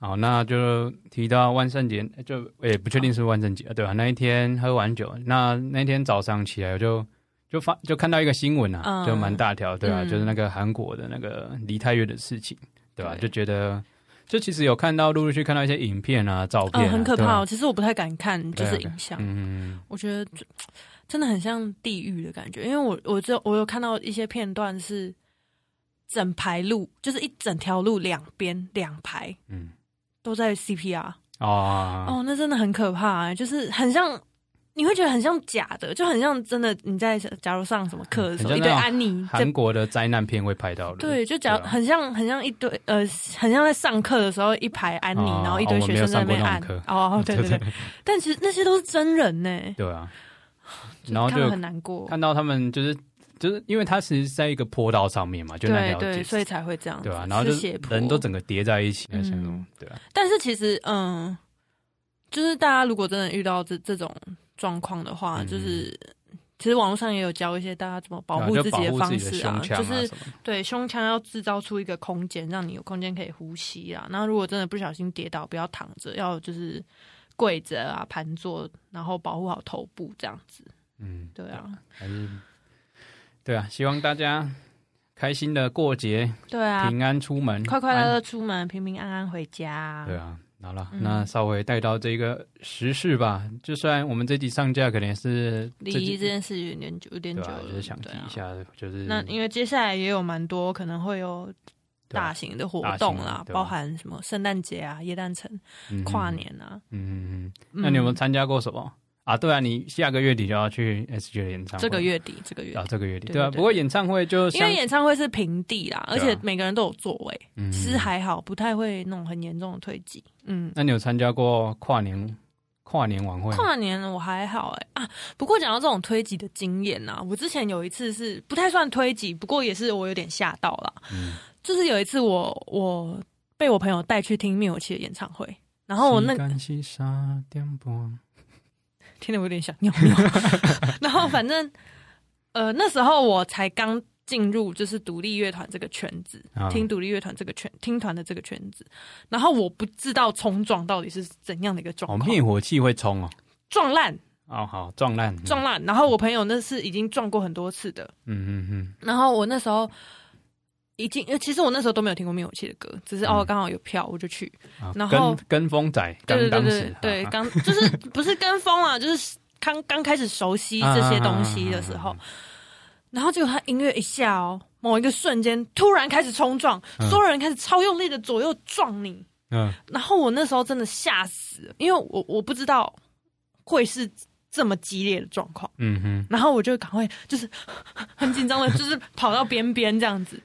Speaker 2: 好，那就提到万圣节，就也、不确定是万圣节，啊对吧、那一天喝完酒，那那天早上起来我就就发就看到一个新闻啊，
Speaker 3: 嗯
Speaker 2: 就蛮大条，对吧、
Speaker 3: 嗯
Speaker 2: 就是那个韩国的那个梨泰院的事情，对吧、啊
Speaker 3: 对
Speaker 2: 就觉得就其实有看到陆陆续续看到一些影片啊、照片啊、
Speaker 3: 嗯，很可
Speaker 2: 对吧
Speaker 3: 怕、哦。其实我不太敢看，就
Speaker 2: 对啊
Speaker 3: 是
Speaker 2: 对啊
Speaker 3: 影像，
Speaker 2: 嗯，
Speaker 3: 我觉得就真的很像地狱的感觉。因为我我只有我有看到一些片段是整排路，就是一整条路两边两排
Speaker 2: 嗯，
Speaker 3: 都在 CPR。
Speaker 2: 哦，
Speaker 3: 哦，那真的很可怕、欸，就是很像。你会觉得很像假的，就很像真的。你在假如上什么课的时候，
Speaker 2: 很像
Speaker 3: 一堆
Speaker 2: 那种
Speaker 3: 安妮在
Speaker 2: 韩国的灾难片会拍到的，
Speaker 3: 对，就假
Speaker 2: 对啊
Speaker 3: 很像很像一堆呃，很像在上课的时候一排安妮，
Speaker 2: 哦
Speaker 3: 然后一堆学生在那边按
Speaker 2: 哦我没有上过
Speaker 3: 哦，对
Speaker 2: <laughs>
Speaker 3: 对对，但其实那些都是真人呢，
Speaker 2: 对啊，
Speaker 3: 就
Speaker 2: 然后
Speaker 3: 看了
Speaker 2: 就
Speaker 3: 很难过，
Speaker 2: 看到他们就是就是因为他其实在一个坡道上面嘛，就那
Speaker 3: 对
Speaker 2: 条
Speaker 3: 对，
Speaker 2: 街，
Speaker 3: 所以才会这样子，
Speaker 2: 对啊，然后就是
Speaker 3: 斜坡
Speaker 2: 人都整个叠在一起，那像那种
Speaker 3: 嗯
Speaker 2: 对啊，
Speaker 3: 但是其实嗯，就是大家如果真的遇到这这种状况的话，
Speaker 2: 嗯
Speaker 3: 就是。其实网络上也有教一些大家怎么保护
Speaker 2: 对啊就
Speaker 3: 自己
Speaker 2: 保
Speaker 3: 的
Speaker 2: 护
Speaker 3: 方
Speaker 2: 自己的
Speaker 3: 式
Speaker 2: 胸腔
Speaker 3: 就
Speaker 2: 啊
Speaker 3: 是
Speaker 2: 什么的，
Speaker 3: 对胸腔要制造出一个空间，让你有空间可以呼吸啊。那如果真的不小心跌倒，不要躺着，要就是跪着啊，盘坐，然后保护好头部这样子。
Speaker 2: 嗯，
Speaker 3: 对啊，
Speaker 2: 还是对啊，希望大家开心的过节，
Speaker 3: 对啊，
Speaker 2: 平安出门，
Speaker 3: 快快乐
Speaker 2: 安
Speaker 3: 乐出门，平平安安回家。
Speaker 2: 对啊，好了，
Speaker 3: 嗯
Speaker 2: 那稍微带到这个时事吧。就虽然我们这集上架可能是
Speaker 3: 离
Speaker 2: 这集
Speaker 3: 这件事有点久，有点
Speaker 2: 对
Speaker 3: 久
Speaker 2: 啊
Speaker 3: 了，，
Speaker 2: 就是想提
Speaker 3: 对啊
Speaker 2: 一。下，就是
Speaker 3: 那因为接下来也有蛮多可能会有
Speaker 2: 对啊
Speaker 3: 大型的活
Speaker 2: 大型
Speaker 3: 动
Speaker 2: 的
Speaker 3: 啦，
Speaker 2: 对啊
Speaker 3: 包含什么圣诞节啊、耶诞城、跨，年啊。
Speaker 2: 嗯嗯嗯嗯嗯，那你有没有
Speaker 3: 嗯
Speaker 2: 参加过什么啊？对啊，你下个月底就要去 S G 的演唱会，
Speaker 3: 这个月底？这个月底
Speaker 2: 啊，这个月底
Speaker 3: 对
Speaker 2: 对啊。
Speaker 3: 对对
Speaker 2: 不过演唱会就
Speaker 3: 因
Speaker 2: 像
Speaker 3: 为演唱会是平地啦，而
Speaker 2: 对
Speaker 3: 且
Speaker 2: 啊
Speaker 3: 每个人都有座位，
Speaker 2: 嗯
Speaker 3: 其实还好，不太会那种很严重的退挤。嗯，
Speaker 2: 那你有参加过跨年跨年晚会吗？
Speaker 3: 跨年我还好哎、啊，不过讲到这种推挤的经验啊，我之前有一次是不太算推挤，不过也是我有点吓到啦。
Speaker 2: 嗯
Speaker 3: 就是有一次我我被我朋友带去听灭火器的演唱会，然后我那
Speaker 2: 时间是沙点半
Speaker 3: 听得我有点想尿尿。 <laughs> 然后反正呃那时候我才刚进入就是独立乐团这个圈子，
Speaker 2: 啊
Speaker 3: 听独立乐团这个圈听团的这个圈子，然后我不知道冲撞到底是怎样的一个
Speaker 2: 哦，
Speaker 3: 状况，
Speaker 2: 灭火器会冲哦，
Speaker 3: 撞烂
Speaker 2: 哦好撞烂
Speaker 3: 撞，烂。然后我朋友那是已经撞过很多次的，
Speaker 2: 嗯嗯嗯
Speaker 3: 然后我那时候已经，呃其实我那时候都没有听过灭火器的歌，只是、
Speaker 2: 嗯
Speaker 3: 哦刚好有票我就去。
Speaker 2: 啊
Speaker 3: 然后
Speaker 2: 跟跟风仔，
Speaker 3: 对
Speaker 2: 刚
Speaker 3: 对对
Speaker 2: 当
Speaker 3: 对
Speaker 2: 时
Speaker 3: 对，
Speaker 2: 啊
Speaker 3: 刚就是 <laughs> 不是跟风啊，就是刚刚开始熟悉这些东西的时
Speaker 2: 啊
Speaker 3: 候，然后结果他音乐一下哦，某一个瞬间突然开始冲撞，
Speaker 2: 嗯
Speaker 3: 所有人开始超用力的左右撞你，
Speaker 2: 嗯
Speaker 3: 然后我那时候真的吓死了，因为我我不知道会是这么激烈的状况，
Speaker 2: 嗯哼，
Speaker 3: 然后我就赶快就是 <laughs> 很紧张的，就是跑到边边这样子。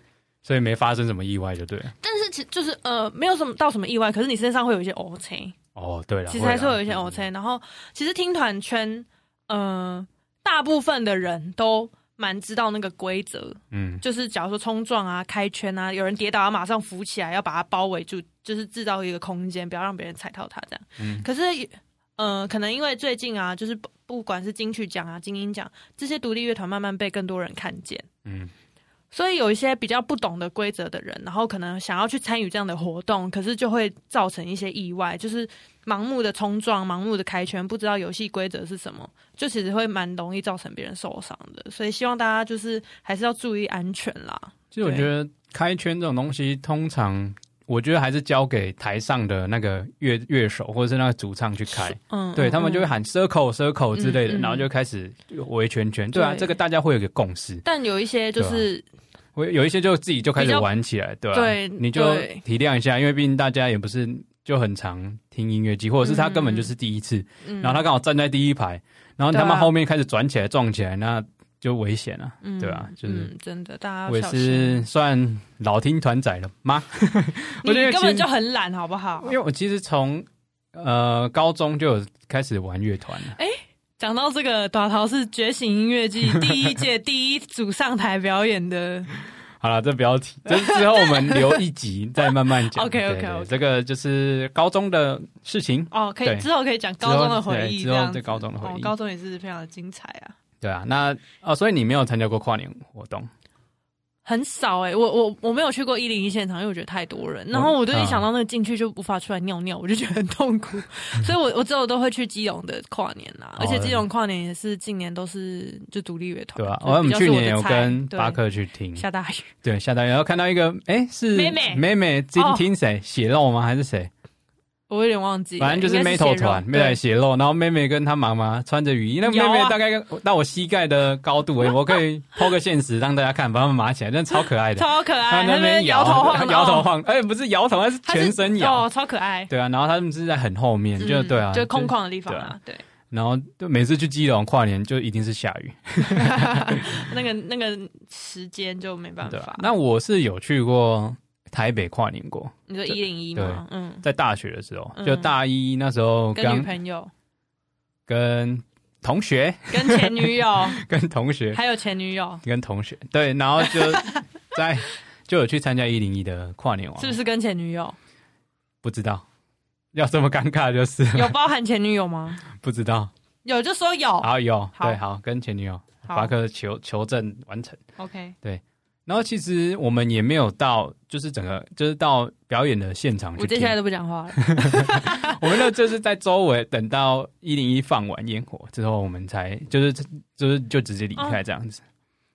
Speaker 2: 所以没发生什么意外就对了。
Speaker 3: 但是其就是呃，没有什么到什么意外，可是你身上会有一些 O C，
Speaker 2: 哦，对了，
Speaker 3: 其实还是会有一些
Speaker 2: 啦
Speaker 3: O C。然后嗯其实听团圈，呃，大部分的人都蛮知道那个规则，
Speaker 2: 嗯
Speaker 3: 就是假如说冲撞啊、开圈啊，有人跌倒要马上扶起来，要把它包围住，就是制造一个空间，不要让别人踩到它这样。
Speaker 2: 嗯
Speaker 3: 可是，呃，可能因为最近啊，就是不不管是金曲奖啊、金鹰奖这些独立乐团，慢慢被更多人看见，
Speaker 2: 嗯
Speaker 3: 所以有一些比较不懂的规则的人，然后可能想要去参与这样的活动，可是就会造成一些意外，就是盲目的冲撞、盲目的开圈，不知道游戏规则是什么，就其实会蛮容易造成别人受伤的。所以希望大家就是还是要注意安全啦。
Speaker 2: 其实我
Speaker 3: 对
Speaker 2: 觉得开圈这种东西，通常我觉得还是交给台上的那个乐乐手或者是那个主唱去开，
Speaker 3: 嗯，
Speaker 2: 对
Speaker 3: 嗯
Speaker 2: 他们就会。
Speaker 3: 嗯
Speaker 2: 喊 circle circle 之类的，
Speaker 3: 嗯嗯
Speaker 2: 然后就开始围圈圈。对啊，
Speaker 3: 对
Speaker 2: 这个大家会有一个共识，
Speaker 3: 但有一些
Speaker 2: 啊
Speaker 3: 就是
Speaker 2: 我有一些就自己就开
Speaker 3: 比
Speaker 2: 始
Speaker 3: 较
Speaker 2: 玩起来，对吧、
Speaker 3: 对
Speaker 2: 你就
Speaker 3: 对
Speaker 2: 体谅一下，因为毕竟大家也不是就很常听音乐机，或者是他根本就是第一次，
Speaker 3: 嗯
Speaker 2: 然后他刚好站在第一排，然后他
Speaker 3: 对
Speaker 2: 们
Speaker 3: 啊
Speaker 2: 后面开始转起来撞起来，那就危险了、
Speaker 3: 嗯
Speaker 2: 对啊就是
Speaker 3: 嗯、真的，大家要
Speaker 2: 我也
Speaker 3: 小
Speaker 2: 是
Speaker 3: 心。
Speaker 2: 算老听团仔了吗？
Speaker 3: 你
Speaker 2: 我觉得
Speaker 3: 根
Speaker 2: 其实
Speaker 3: 本就很懒，好不好
Speaker 2: 因？为我其实从呃高中就有开始玩乐团了，
Speaker 3: 讲到这个，短桃是《觉醒音
Speaker 2: <laughs>
Speaker 3: 乐季》第一届第一组上台表演的，
Speaker 2: 好了，这不要提，这之后我们留一集再慢慢讲。
Speaker 3: <laughs>
Speaker 2: 对
Speaker 3: OK，OK，OK
Speaker 2: 对对这个就是高中的事情，
Speaker 3: 哦，可
Speaker 2: 对
Speaker 3: 以之后可以讲高中的回忆，
Speaker 2: 之
Speaker 3: 这
Speaker 2: 后对之
Speaker 3: 样
Speaker 2: 后
Speaker 3: 子
Speaker 2: 对高中的回忆
Speaker 3: 哦，高中也是非常的精彩啊，
Speaker 2: 对啊。那哦，所以你没有参加过跨年活动，
Speaker 3: 很少哎、我我我没有去过一零一现场，因为我觉得太多人，然后我就
Speaker 2: 嗯
Speaker 3: 一想到那个进去就无法出来尿尿，我就觉得很痛
Speaker 2: <laughs>
Speaker 3: 苦，所以我我之后都会去基隆的跨年啦，
Speaker 2: 哦
Speaker 3: 而且基隆跨年也是近年都是就独立乐团，
Speaker 2: 对吧、啊？
Speaker 3: 就是
Speaker 2: 我们
Speaker 3: 比较
Speaker 2: 去
Speaker 3: 是我
Speaker 2: 年
Speaker 3: 的
Speaker 2: 有
Speaker 3: 菜
Speaker 2: 跟
Speaker 3: 对
Speaker 2: 巴克去听，
Speaker 3: 下大雨。
Speaker 2: 对，下大雨，然后看到一个，哎，是
Speaker 3: 妹妹
Speaker 2: 妹妹今
Speaker 3: 哦
Speaker 2: 听谁？血肉吗？还是谁？
Speaker 3: 我有点忘记了，
Speaker 2: 反正就是
Speaker 3: 应该
Speaker 2: metal
Speaker 3: 血肉
Speaker 2: 团，妹
Speaker 3: 对
Speaker 2: 妹血肉，然后妹妹跟她妈妈穿着雨衣，那妹
Speaker 3: 有啊
Speaker 2: 妹大概到我膝盖的高度而已，
Speaker 3: <laughs>
Speaker 2: 我可以抛个现实让大家看，把他们码起来，真的超可爱的。
Speaker 3: 超可爱，
Speaker 2: 她
Speaker 3: 那
Speaker 2: 那
Speaker 3: 边
Speaker 2: 边
Speaker 3: 摇头晃脑，
Speaker 2: 摇头晃，哎，不是摇头，那是
Speaker 3: 它是，
Speaker 2: 全身摇
Speaker 3: 哦，。超可爱，
Speaker 2: 对啊，然后他们是在很后面，就
Speaker 3: 嗯
Speaker 2: 对啊，
Speaker 3: 就空旷的地方
Speaker 2: 对
Speaker 3: 啊
Speaker 2: 啊，
Speaker 3: 对，
Speaker 2: 然后就每次去基隆跨年就一定是下雨，
Speaker 3: 那个那个时间就没办
Speaker 2: 对啊
Speaker 3: 法
Speaker 2: 吧？。那我是有去过台北跨年过，
Speaker 3: 你说一零一
Speaker 2: 对
Speaker 3: 吗？嗯，
Speaker 2: 在大学的时候，
Speaker 3: 嗯
Speaker 2: 就大一那时候
Speaker 3: 跟女
Speaker 2: 刚
Speaker 3: 朋友、
Speaker 2: 跟同学、 <laughs>
Speaker 3: 跟前女友，
Speaker 2: 跟同学
Speaker 3: 还有前女友，
Speaker 2: 跟同学对，然后就在
Speaker 3: <laughs>
Speaker 2: 就有去参加一零一的跨年晚，
Speaker 3: 是不是跟前女友？
Speaker 2: 不知道要这么尴尬，就是
Speaker 3: 有包含前女友吗？
Speaker 2: <laughs> 不知道。
Speaker 3: 有就说有，
Speaker 2: 啊，有
Speaker 3: 好
Speaker 2: 对，好跟前女友
Speaker 3: 好
Speaker 2: 巴克求求证完成。
Speaker 3: ，OK，
Speaker 2: 然后其实我们也没有到，就是整个就是到表演的现场
Speaker 3: 我
Speaker 2: 去
Speaker 3: 接
Speaker 2: 听
Speaker 3: 下，来都不讲话了。
Speaker 2: 我们那就是在周围等到一零一放完烟火之后，我们才就是就是就直接离开这样子。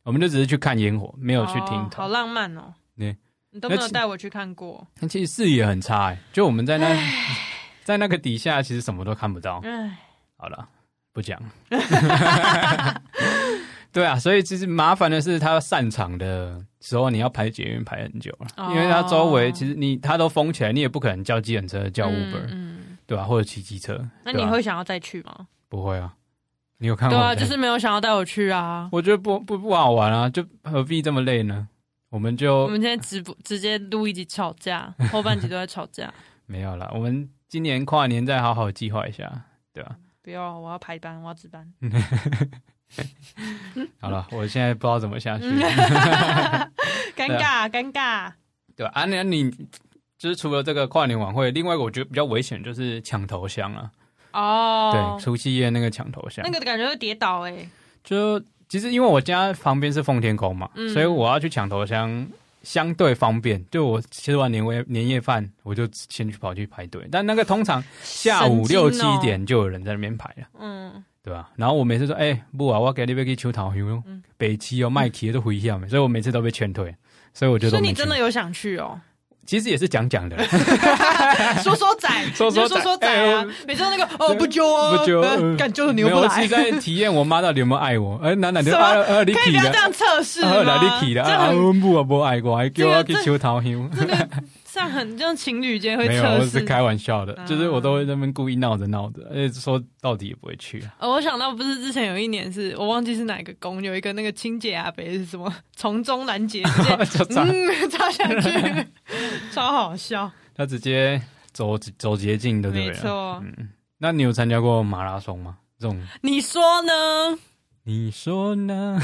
Speaker 2: 我们就只是去看烟火，没有去听
Speaker 3: 哦
Speaker 2: 团
Speaker 3: 好。浪漫哦。
Speaker 2: 对，
Speaker 3: 你都没
Speaker 2: 那
Speaker 3: 有
Speaker 2: 其
Speaker 3: 带我去看过，
Speaker 2: 但其实视野很差、欸，就我们在那 <laughs> 在那个底下，其实什么都看不到。
Speaker 3: 唉，
Speaker 2: 好了，不
Speaker 3: <laughs>
Speaker 2: 讲。对啊，所以其实麻烦的是，他散场的时候你要排捷运排很久了，
Speaker 3: 哦
Speaker 2: <laughs> 因为他周围其实你他都封起来，你也不可能叫计程车叫 Uber，、
Speaker 3: 嗯，嗯
Speaker 2: 对吧、或者骑机车，
Speaker 3: 那
Speaker 2: 对
Speaker 3: 你
Speaker 2: 啊
Speaker 3: 会想要再去吗？
Speaker 2: 不会啊？你有看
Speaker 3: 对
Speaker 2: 过？
Speaker 3: 啊，就是没有想要带我去啊。
Speaker 2: 我觉得不不不好玩啊，就何必这么累呢？我们
Speaker 3: 我
Speaker 2: 就
Speaker 3: 们今天直播直接录一集吵架，后半集都在吵架。 <laughs>
Speaker 2: 没有了，我们今年跨年再好好计划一下，对吧、
Speaker 3: 不要，我要排班，我要值班。
Speaker 2: 好了，我现在不知道怎么下去。
Speaker 3: 嗯 <laughs> 尴尬，尴尬。
Speaker 2: 对啊，那你就是除了这个跨年晚会，另外一个我觉得比较危险就是抢头香啊。
Speaker 3: 哦
Speaker 2: 对，，除夕夜那个抢头香，
Speaker 3: 那个感觉会跌倒哎、
Speaker 2: 就其实因为我家旁边是奉天宫嘛，
Speaker 3: 嗯
Speaker 2: 所以我要去抢头香相对方便。就我吃完年夜年夜饭，我就先去跑去排队，但那个通常下午
Speaker 3: 神经
Speaker 2: 六
Speaker 3: 哦
Speaker 2: 七点就有人在那边排了。
Speaker 3: 嗯，
Speaker 2: 对吧、然后我每次
Speaker 3: 嗯
Speaker 2: 哦说，哎、不啊，我给你要去求桃香，北七哦，麦奇都回一下所以我每次都被劝退。所以我就
Speaker 3: 所
Speaker 2: 都
Speaker 3: 以
Speaker 2: 没
Speaker 3: 你
Speaker 2: 去。
Speaker 3: 真的有想
Speaker 2: <laughs>
Speaker 3: 去哦？
Speaker 2: 其实也是讲讲的啦，
Speaker 3: 说说仔，
Speaker 2: <laughs> 说
Speaker 3: 你就
Speaker 2: 说
Speaker 3: 说
Speaker 2: 仔
Speaker 3: 说仔啊
Speaker 2: 哎我！
Speaker 3: 每次都那个哦不揪哦，
Speaker 2: 不揪
Speaker 3: 呃
Speaker 2: 嗯
Speaker 3: 敢 <laughs> 揪的你
Speaker 2: 没
Speaker 3: 又
Speaker 2: 有，
Speaker 3: 不
Speaker 2: 我
Speaker 3: 来
Speaker 2: 是，在体验我妈到底有没有爱我。哎，哪哪就啊啊，你
Speaker 3: 可以
Speaker 2: 去
Speaker 3: 不要这
Speaker 2: 了，
Speaker 3: 样测试
Speaker 2: 啊
Speaker 3: 吗
Speaker 2: 哪？你去了，
Speaker 3: 这
Speaker 2: 啊，
Speaker 3: 样
Speaker 2: 温布啊不爱我，还叫我去求桃香。
Speaker 3: 很这个像很像情侣间
Speaker 2: <laughs>
Speaker 3: 会
Speaker 2: 没有，我
Speaker 3: 测
Speaker 2: 是
Speaker 3: 试。
Speaker 2: 开玩笑的
Speaker 3: 啊，
Speaker 2: 就是我都会在那边故意闹着闹着，而且说到底也不会
Speaker 3: <laughs>
Speaker 2: 去 <laughs> 啊。
Speaker 3: 哦，我想到不是之前有一年是我忘记是哪个宫，有一个那个清洁阿北是什么从中拦截，
Speaker 2: <laughs>
Speaker 3: 直接
Speaker 2: 就这样
Speaker 3: 嗯插下
Speaker 2: <laughs>
Speaker 3: 去，超好笑，
Speaker 2: 他直接走走捷径的，对
Speaker 3: 没
Speaker 2: 不对？
Speaker 3: 错。
Speaker 2: 那你有参加过马拉松吗？这种
Speaker 3: 你说呢？
Speaker 2: 你说
Speaker 3: <laughs>
Speaker 2: 呢？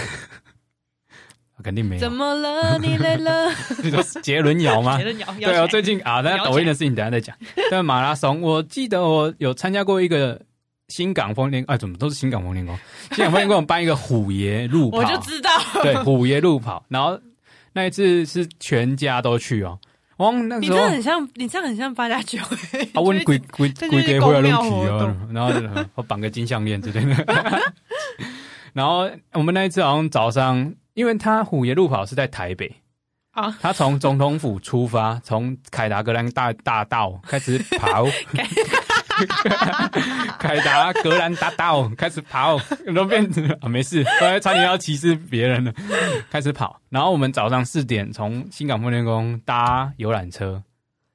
Speaker 2: 啊肯定没
Speaker 3: 怎
Speaker 2: 有，
Speaker 3: 么了？你累 <laughs> 了？
Speaker 2: <laughs> 你说是杰伦摇吗
Speaker 3: 觉？得摇
Speaker 2: 对啊，
Speaker 3: 摇起
Speaker 2: 最
Speaker 3: 来
Speaker 2: 近啊，
Speaker 3: 摇
Speaker 2: 那
Speaker 3: 起来
Speaker 2: 抖音的事情等一下再讲。 <laughs> 但马拉松，我记得我有参加过一个新港风联，哎，怎么都是新港风
Speaker 3: <laughs>
Speaker 2: 联工？新港风联工办一个虎爷路跑，
Speaker 3: 我就知道，
Speaker 2: 对虎爷路跑，然后那一次是全家都去哦。哦，那
Speaker 3: 你
Speaker 2: 时
Speaker 3: 这
Speaker 2: 候
Speaker 3: 很像，你这很像八加九欸。
Speaker 2: 啊，问
Speaker 3: 就是
Speaker 2: 鬼鬼
Speaker 3: 这就
Speaker 2: 鬼
Speaker 3: 是
Speaker 2: 给回来弄
Speaker 3: 公
Speaker 2: 皮
Speaker 3: 庙活
Speaker 2: 哦，然后就我绑个金项链之类的。 <laughs> 然后我们那一次好像早上，因为他虎爷路跑是在台北
Speaker 3: 啊，
Speaker 2: 他从总统府出发，从凯达格兰大大道开始跑，凯达格兰大道开始跑，都变成啊没事，后来差点要歧视别人了，开始跑。然后我们早上四点从新港风天宫搭游览车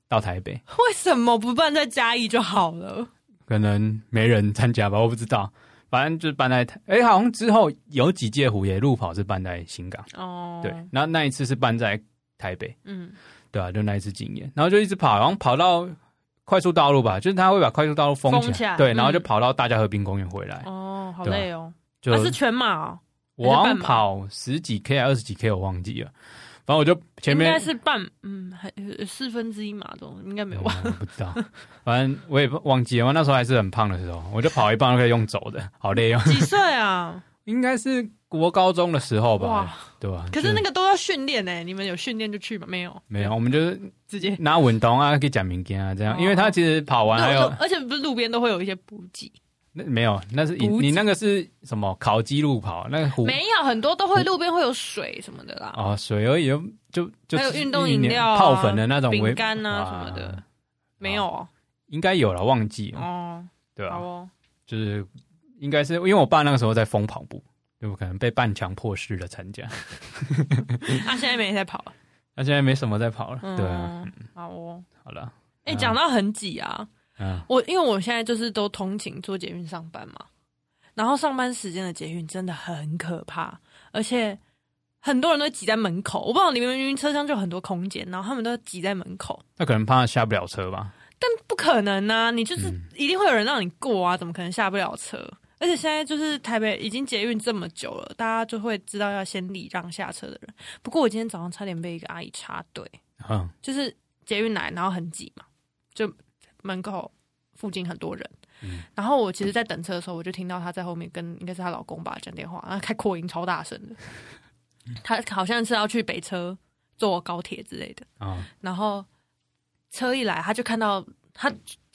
Speaker 2: 到台北。
Speaker 3: 为什么不办在嘉义就好了？
Speaker 2: 可能没人参加吧，我不知道。反正就是办在台，哎、好像之后有几届虎爷路跑是办在新港，
Speaker 3: 哦
Speaker 2: 对，然后那一次是办在台北，
Speaker 3: 嗯，
Speaker 2: 对啊，就那一次经验，然后就一直跑，然后跑到快速道路吧，就是他会把快速道路封起
Speaker 3: 封
Speaker 2: 来，
Speaker 3: 起来
Speaker 2: 对，
Speaker 3: 嗯
Speaker 2: 然后就跑到大家和平公园回来，
Speaker 3: 哦，好
Speaker 2: 对啊
Speaker 3: 累哦，
Speaker 2: 就、
Speaker 3: 啊是全马哦，
Speaker 2: 我好
Speaker 3: 还
Speaker 2: 像
Speaker 3: 是半马
Speaker 2: 跑十几 K 还二十几 K 我忘记了，反正我就前
Speaker 3: 应该
Speaker 2: 面
Speaker 3: 是半，嗯，还呃四分之一马总应该没有吧？
Speaker 2: 嗯不知道，反正我也忘记了，我那时候还是很胖的时候，我就跑一半就可以用走的，好累哦，
Speaker 3: <laughs> 几岁啊？
Speaker 2: <laughs> 应该是国高中的时候吧
Speaker 3: 哇，！
Speaker 2: 对吧？
Speaker 3: 可是
Speaker 2: 就
Speaker 3: 那个都要训练呢，你们有训练就去吗？没有，
Speaker 2: 没有，我们就是
Speaker 3: 直接。
Speaker 2: 拿稳当啊，可以讲民间啊，这样，
Speaker 3: 哦
Speaker 2: 因为他其实跑完
Speaker 3: 那
Speaker 2: 还
Speaker 3: 我
Speaker 2: 有
Speaker 3: 说，而且不是路边都会有一些补给，
Speaker 2: 那没有，那是你
Speaker 3: 补给
Speaker 2: 你那个是什么烤鸡路跑，那个湖
Speaker 3: 没有很多都会路边会有水什么的啦，
Speaker 2: 哦，水而已，就就
Speaker 3: 还有
Speaker 2: 是
Speaker 3: 运动
Speaker 2: 一
Speaker 3: 饮
Speaker 2: 年
Speaker 3: 料啊
Speaker 2: 泡粉的那种微
Speaker 3: 饼干啊
Speaker 2: 哇
Speaker 3: 什么的，没有哦。
Speaker 2: 应该有了，忘记了，
Speaker 3: 哦，
Speaker 2: 对啊
Speaker 3: 好
Speaker 2: 吧？
Speaker 3: 哦，
Speaker 2: 就是应该是因为我爸那个时候在疯跑步，就可能被半强迫式的参加， <laughs>
Speaker 3: 那啊现在没在跑了。
Speaker 2: 他现在没什么在跑了，
Speaker 3: 嗯，
Speaker 2: 对啊，
Speaker 3: 好哦。
Speaker 2: 好了，
Speaker 3: 哎、
Speaker 2: 嗯
Speaker 3: 讲到很挤啊，
Speaker 2: 嗯，
Speaker 3: 我因为我现在就是都通勤坐捷运上班嘛，然后上班时间的捷运真的很可怕，而且很多人都挤在门口。我不知道你们明明车厢就有很多空间，然后他们都挤在门口，
Speaker 2: 那可能怕下不了车吧，
Speaker 3: 但不可能啊，你就是
Speaker 2: 嗯
Speaker 3: 一定会有人让你过啊，怎么可能下不了车？而且现在就是台北已经捷运这么久了，大家就会知道要先礼让下车的人。不过我今天早上差点被一个阿姨插队，
Speaker 2: 嗯，
Speaker 3: 就是捷运来，然后很挤嘛，就门口附近很多人。
Speaker 2: 嗯
Speaker 3: 然后我其实，在等车的时候，我就听到她在后面跟应该是她老公吧讲电话，然后开扩音超大声的。她好像是要去北车坐高铁之类的。
Speaker 2: 啊、
Speaker 3: 然后车一来，她就看到她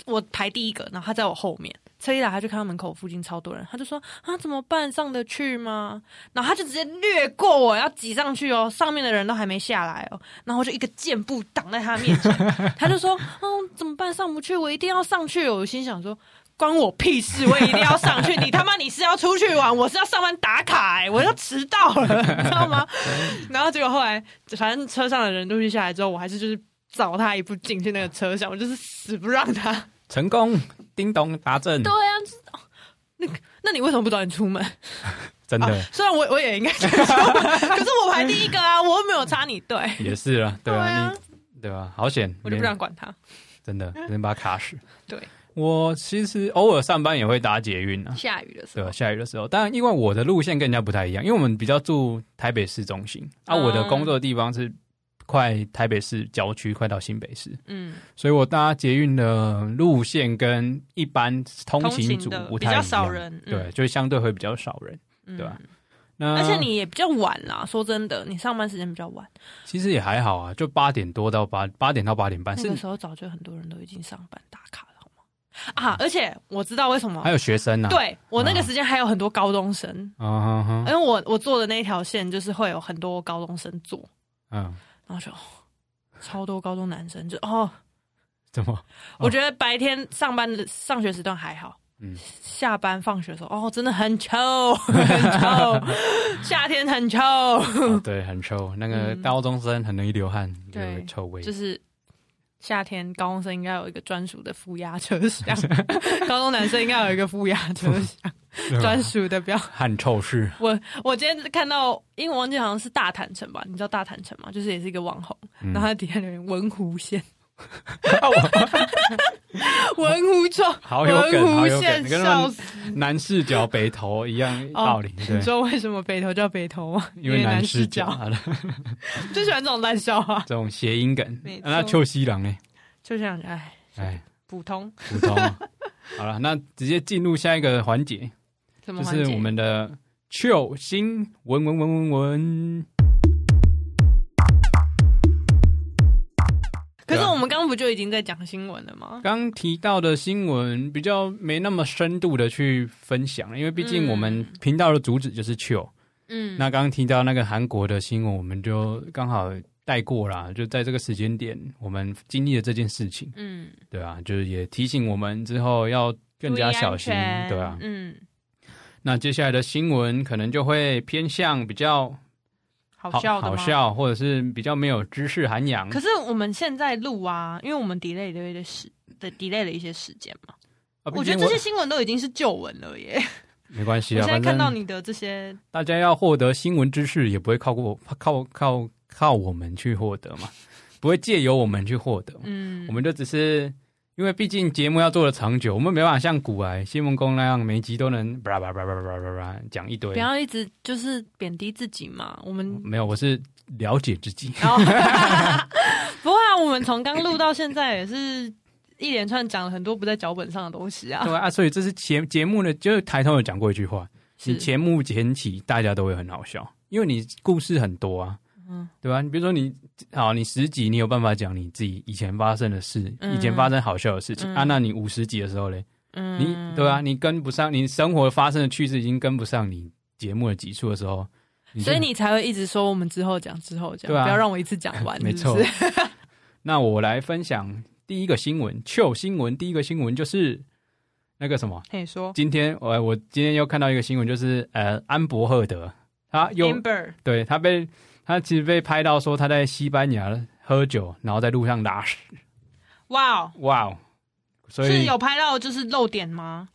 Speaker 3: 我排第一个，然后她在我后面。车一来，她就看到门口附近超多人，她就说：“啊，怎么办？上得去吗？”然后她就直接掠过我，要挤上去哦，上面的人都还没下来哦。然后我就一个箭步挡在他面前，他就说：“嗯，怎么办？上不去，我一定要上去。”我心想说：“关我屁事，我也一定要上去。你他妈你是要出去玩，我是要上班打卡、欸，我要迟到了，你知道吗？”然后结果后来，反正车上的人陆续下来之后，我还是就是早他一步进去那个车厢，我就是死不让他。
Speaker 2: 成功，叮咚达阵
Speaker 3: <laughs> 对，啊，就是哦那个那你为什么不早点出门？ <laughs>
Speaker 2: 真的。
Speaker 3: 啊虽然我我也应该先出门， <laughs> 可是我排第一个啊，我又没有插你队，
Speaker 2: 也是啊，对啊，
Speaker 3: 对
Speaker 2: 你对吧？好险，
Speaker 3: 我就不
Speaker 2: 连
Speaker 3: 想管他。
Speaker 2: 真的能把它卡死。
Speaker 3: 对，
Speaker 2: 我其实偶尔上班也会搭捷运啊，
Speaker 3: 下雨的时
Speaker 2: 对
Speaker 3: 候
Speaker 2: 吧？。下雨的时候，但因为我的路线跟人家不太一样，因为我们比较住台北市中心，啊，
Speaker 3: 嗯
Speaker 2: 我的工作地方是快台北市郊区，快到新北市，
Speaker 3: 嗯，
Speaker 2: 所以我搭捷运的路线跟一般通
Speaker 3: 通
Speaker 2: 勤
Speaker 3: 勤
Speaker 2: 族
Speaker 3: 的
Speaker 2: 不
Speaker 3: 比
Speaker 2: 太一
Speaker 3: 较
Speaker 2: 样
Speaker 3: 少，人，嗯
Speaker 2: 对，，就相对会比较少人，
Speaker 3: 嗯
Speaker 2: 对吧？啊那
Speaker 3: 而且你也比较晚啦，说真的，你上班时间比较晚，
Speaker 2: 其实也还好啊，就八点多到八八点到八点半，
Speaker 3: 那
Speaker 2: 是
Speaker 3: 个时候早就很多人都已经上班打卡了，好吗？啊，而且我知道为什么
Speaker 2: 还，有学生啊，
Speaker 3: 对我那个时间还有很多高中生，
Speaker 2: 嗯哼哼，
Speaker 3: 因为我我坐的那一条线就是会有很多高中生坐，
Speaker 2: 嗯，
Speaker 3: 然后就、哦超多高中男生就哦，
Speaker 2: 怎
Speaker 3: <laughs>
Speaker 2: 么？
Speaker 3: 我觉得白天上班的上学时段还好，
Speaker 2: 嗯
Speaker 3: 下班放学的时候哦，真的很臭，很
Speaker 2: <laughs>
Speaker 3: 臭，夏天很臭，
Speaker 2: 哦对，很臭。那个
Speaker 3: 嗯
Speaker 2: 高中生很容易流汗，就
Speaker 3: 对
Speaker 2: 有臭味
Speaker 3: 就。是夏天高中生应该有一个专属的负压车
Speaker 2: <laughs>
Speaker 3: 厢，高中男生应该有一个负压车厢专属的标。
Speaker 2: 汗臭是
Speaker 3: 我我今天看到，因为我忘记好像是大坦诚吧，你知道大坦诚吗？就是也是一个网红，
Speaker 2: 嗯啊
Speaker 3: 然后他底下留言文湖线， <laughs> 文湖臭，
Speaker 2: 好有梗
Speaker 3: 文
Speaker 2: 好
Speaker 3: 湖
Speaker 2: 有梗
Speaker 3: 线，
Speaker 2: 跟他
Speaker 3: 笑
Speaker 2: 们
Speaker 3: 死。
Speaker 2: <laughs> 南视角北头一样
Speaker 3: 哦
Speaker 2: 道理，
Speaker 3: 你
Speaker 2: 对，
Speaker 3: 说为什么北头叫北头吗？
Speaker 2: 因为南视
Speaker 3: 视
Speaker 2: 角啊
Speaker 3: 角，
Speaker 2: 好了
Speaker 3: <laughs> 就喜欢这种烂笑话。
Speaker 2: <laughs> 这种谐音梗。
Speaker 3: 没
Speaker 2: 啊那
Speaker 3: 错
Speaker 2: 秋西郎呢？
Speaker 3: 就像哎，
Speaker 2: 哎，
Speaker 3: 普通
Speaker 2: 普通。啊
Speaker 3: <laughs>
Speaker 2: 好了，那直接进入下一个环节。
Speaker 3: 什么
Speaker 2: 就
Speaker 3: 环节？
Speaker 2: 是我们的球星文文文文文，
Speaker 3: 可
Speaker 2: 啊
Speaker 3: 是我们刚刚不就已经在讲新闻了吗？
Speaker 2: 刚提到的新闻比较没那么深度的去分享，因为毕竟
Speaker 3: 嗯
Speaker 2: 我们频道的主旨就是球。
Speaker 3: 嗯，
Speaker 2: 那刚刚提到那个韩国的新闻，我们就刚好带过啦，就在这个时间点，我们经历了这件事情，
Speaker 3: 嗯，
Speaker 2: 对啊，就是也提醒我们之后要更加小心
Speaker 3: 注意安，全
Speaker 2: 对啊。
Speaker 3: 嗯，
Speaker 2: 那接下来的新闻可能就会偏向比较
Speaker 3: 好笑的
Speaker 2: 好
Speaker 3: 吗。
Speaker 2: 笑，或者是比较没有知识涵养。
Speaker 3: 可是我们现在录啊，因为我们 delay 了一些时的 delay 了一些时间嘛。
Speaker 2: 啊毕
Speaker 3: 我觉得
Speaker 2: 竟
Speaker 3: 这些新闻都已经是旧闻了耶。
Speaker 2: 没关系
Speaker 3: 我
Speaker 2: 啊，
Speaker 3: 现在
Speaker 2: 反
Speaker 3: 看到
Speaker 2: 正
Speaker 3: 你的这些，
Speaker 2: 大家要获得新闻知识，也不会靠过靠靠靠我们去获得
Speaker 3: <laughs>
Speaker 2: 嘛，不会借由我们去获得。
Speaker 3: 嗯，
Speaker 2: 我们就只是因为毕竟节目要做的长久，我们没办法像古来新闻工那样每一集都能叭叭叭叭叭叭叭叭讲一堆
Speaker 3: 不。要一直就是贬低自己嘛。我们
Speaker 2: 没有，我是了解自己。
Speaker 3: <laughs> 然后 <laughs> 不会啊，我们从刚录到现在也是一连串讲了很多不在脚本上的东西
Speaker 2: <laughs>
Speaker 3: 啊。
Speaker 2: 对啊，所以这是节节目呢，就是台头有讲过一句话，
Speaker 3: 是
Speaker 2: 你前目前期大家都会很好笑，因为你故事很多啊，
Speaker 3: 嗯
Speaker 2: 对吧、你比如说你好，你十集你有办法讲你自己以前发生的事，
Speaker 3: 嗯
Speaker 2: 以前发生好笑的事情、
Speaker 3: 嗯
Speaker 2: 啊，那你五十集的时候嘞，
Speaker 3: 嗯
Speaker 2: 你对啊，你跟不上，你生活发生的趣事已经跟不上你节目的集数的时候，就
Speaker 3: 所以你才会一直说我们之后讲，之后讲，
Speaker 2: 对啊。
Speaker 3: 不要让我一次讲完
Speaker 2: 没
Speaker 3: 是不
Speaker 2: 错
Speaker 3: <laughs> 是。
Speaker 2: 那我来分享第一个新闻，旧新闻第一个新闻就是那个什么。
Speaker 3: 可以说
Speaker 2: 今天呃我我今天又看到一个新闻，就是呃，安博赫德他又
Speaker 3: Amber
Speaker 2: 对他被他其实被拍到说他在西班牙喝酒，然后在路上拉屎，
Speaker 3: 哇哦，
Speaker 2: 哇哦！所
Speaker 3: 是
Speaker 2: 以
Speaker 3: 有拍到就是漏点吗？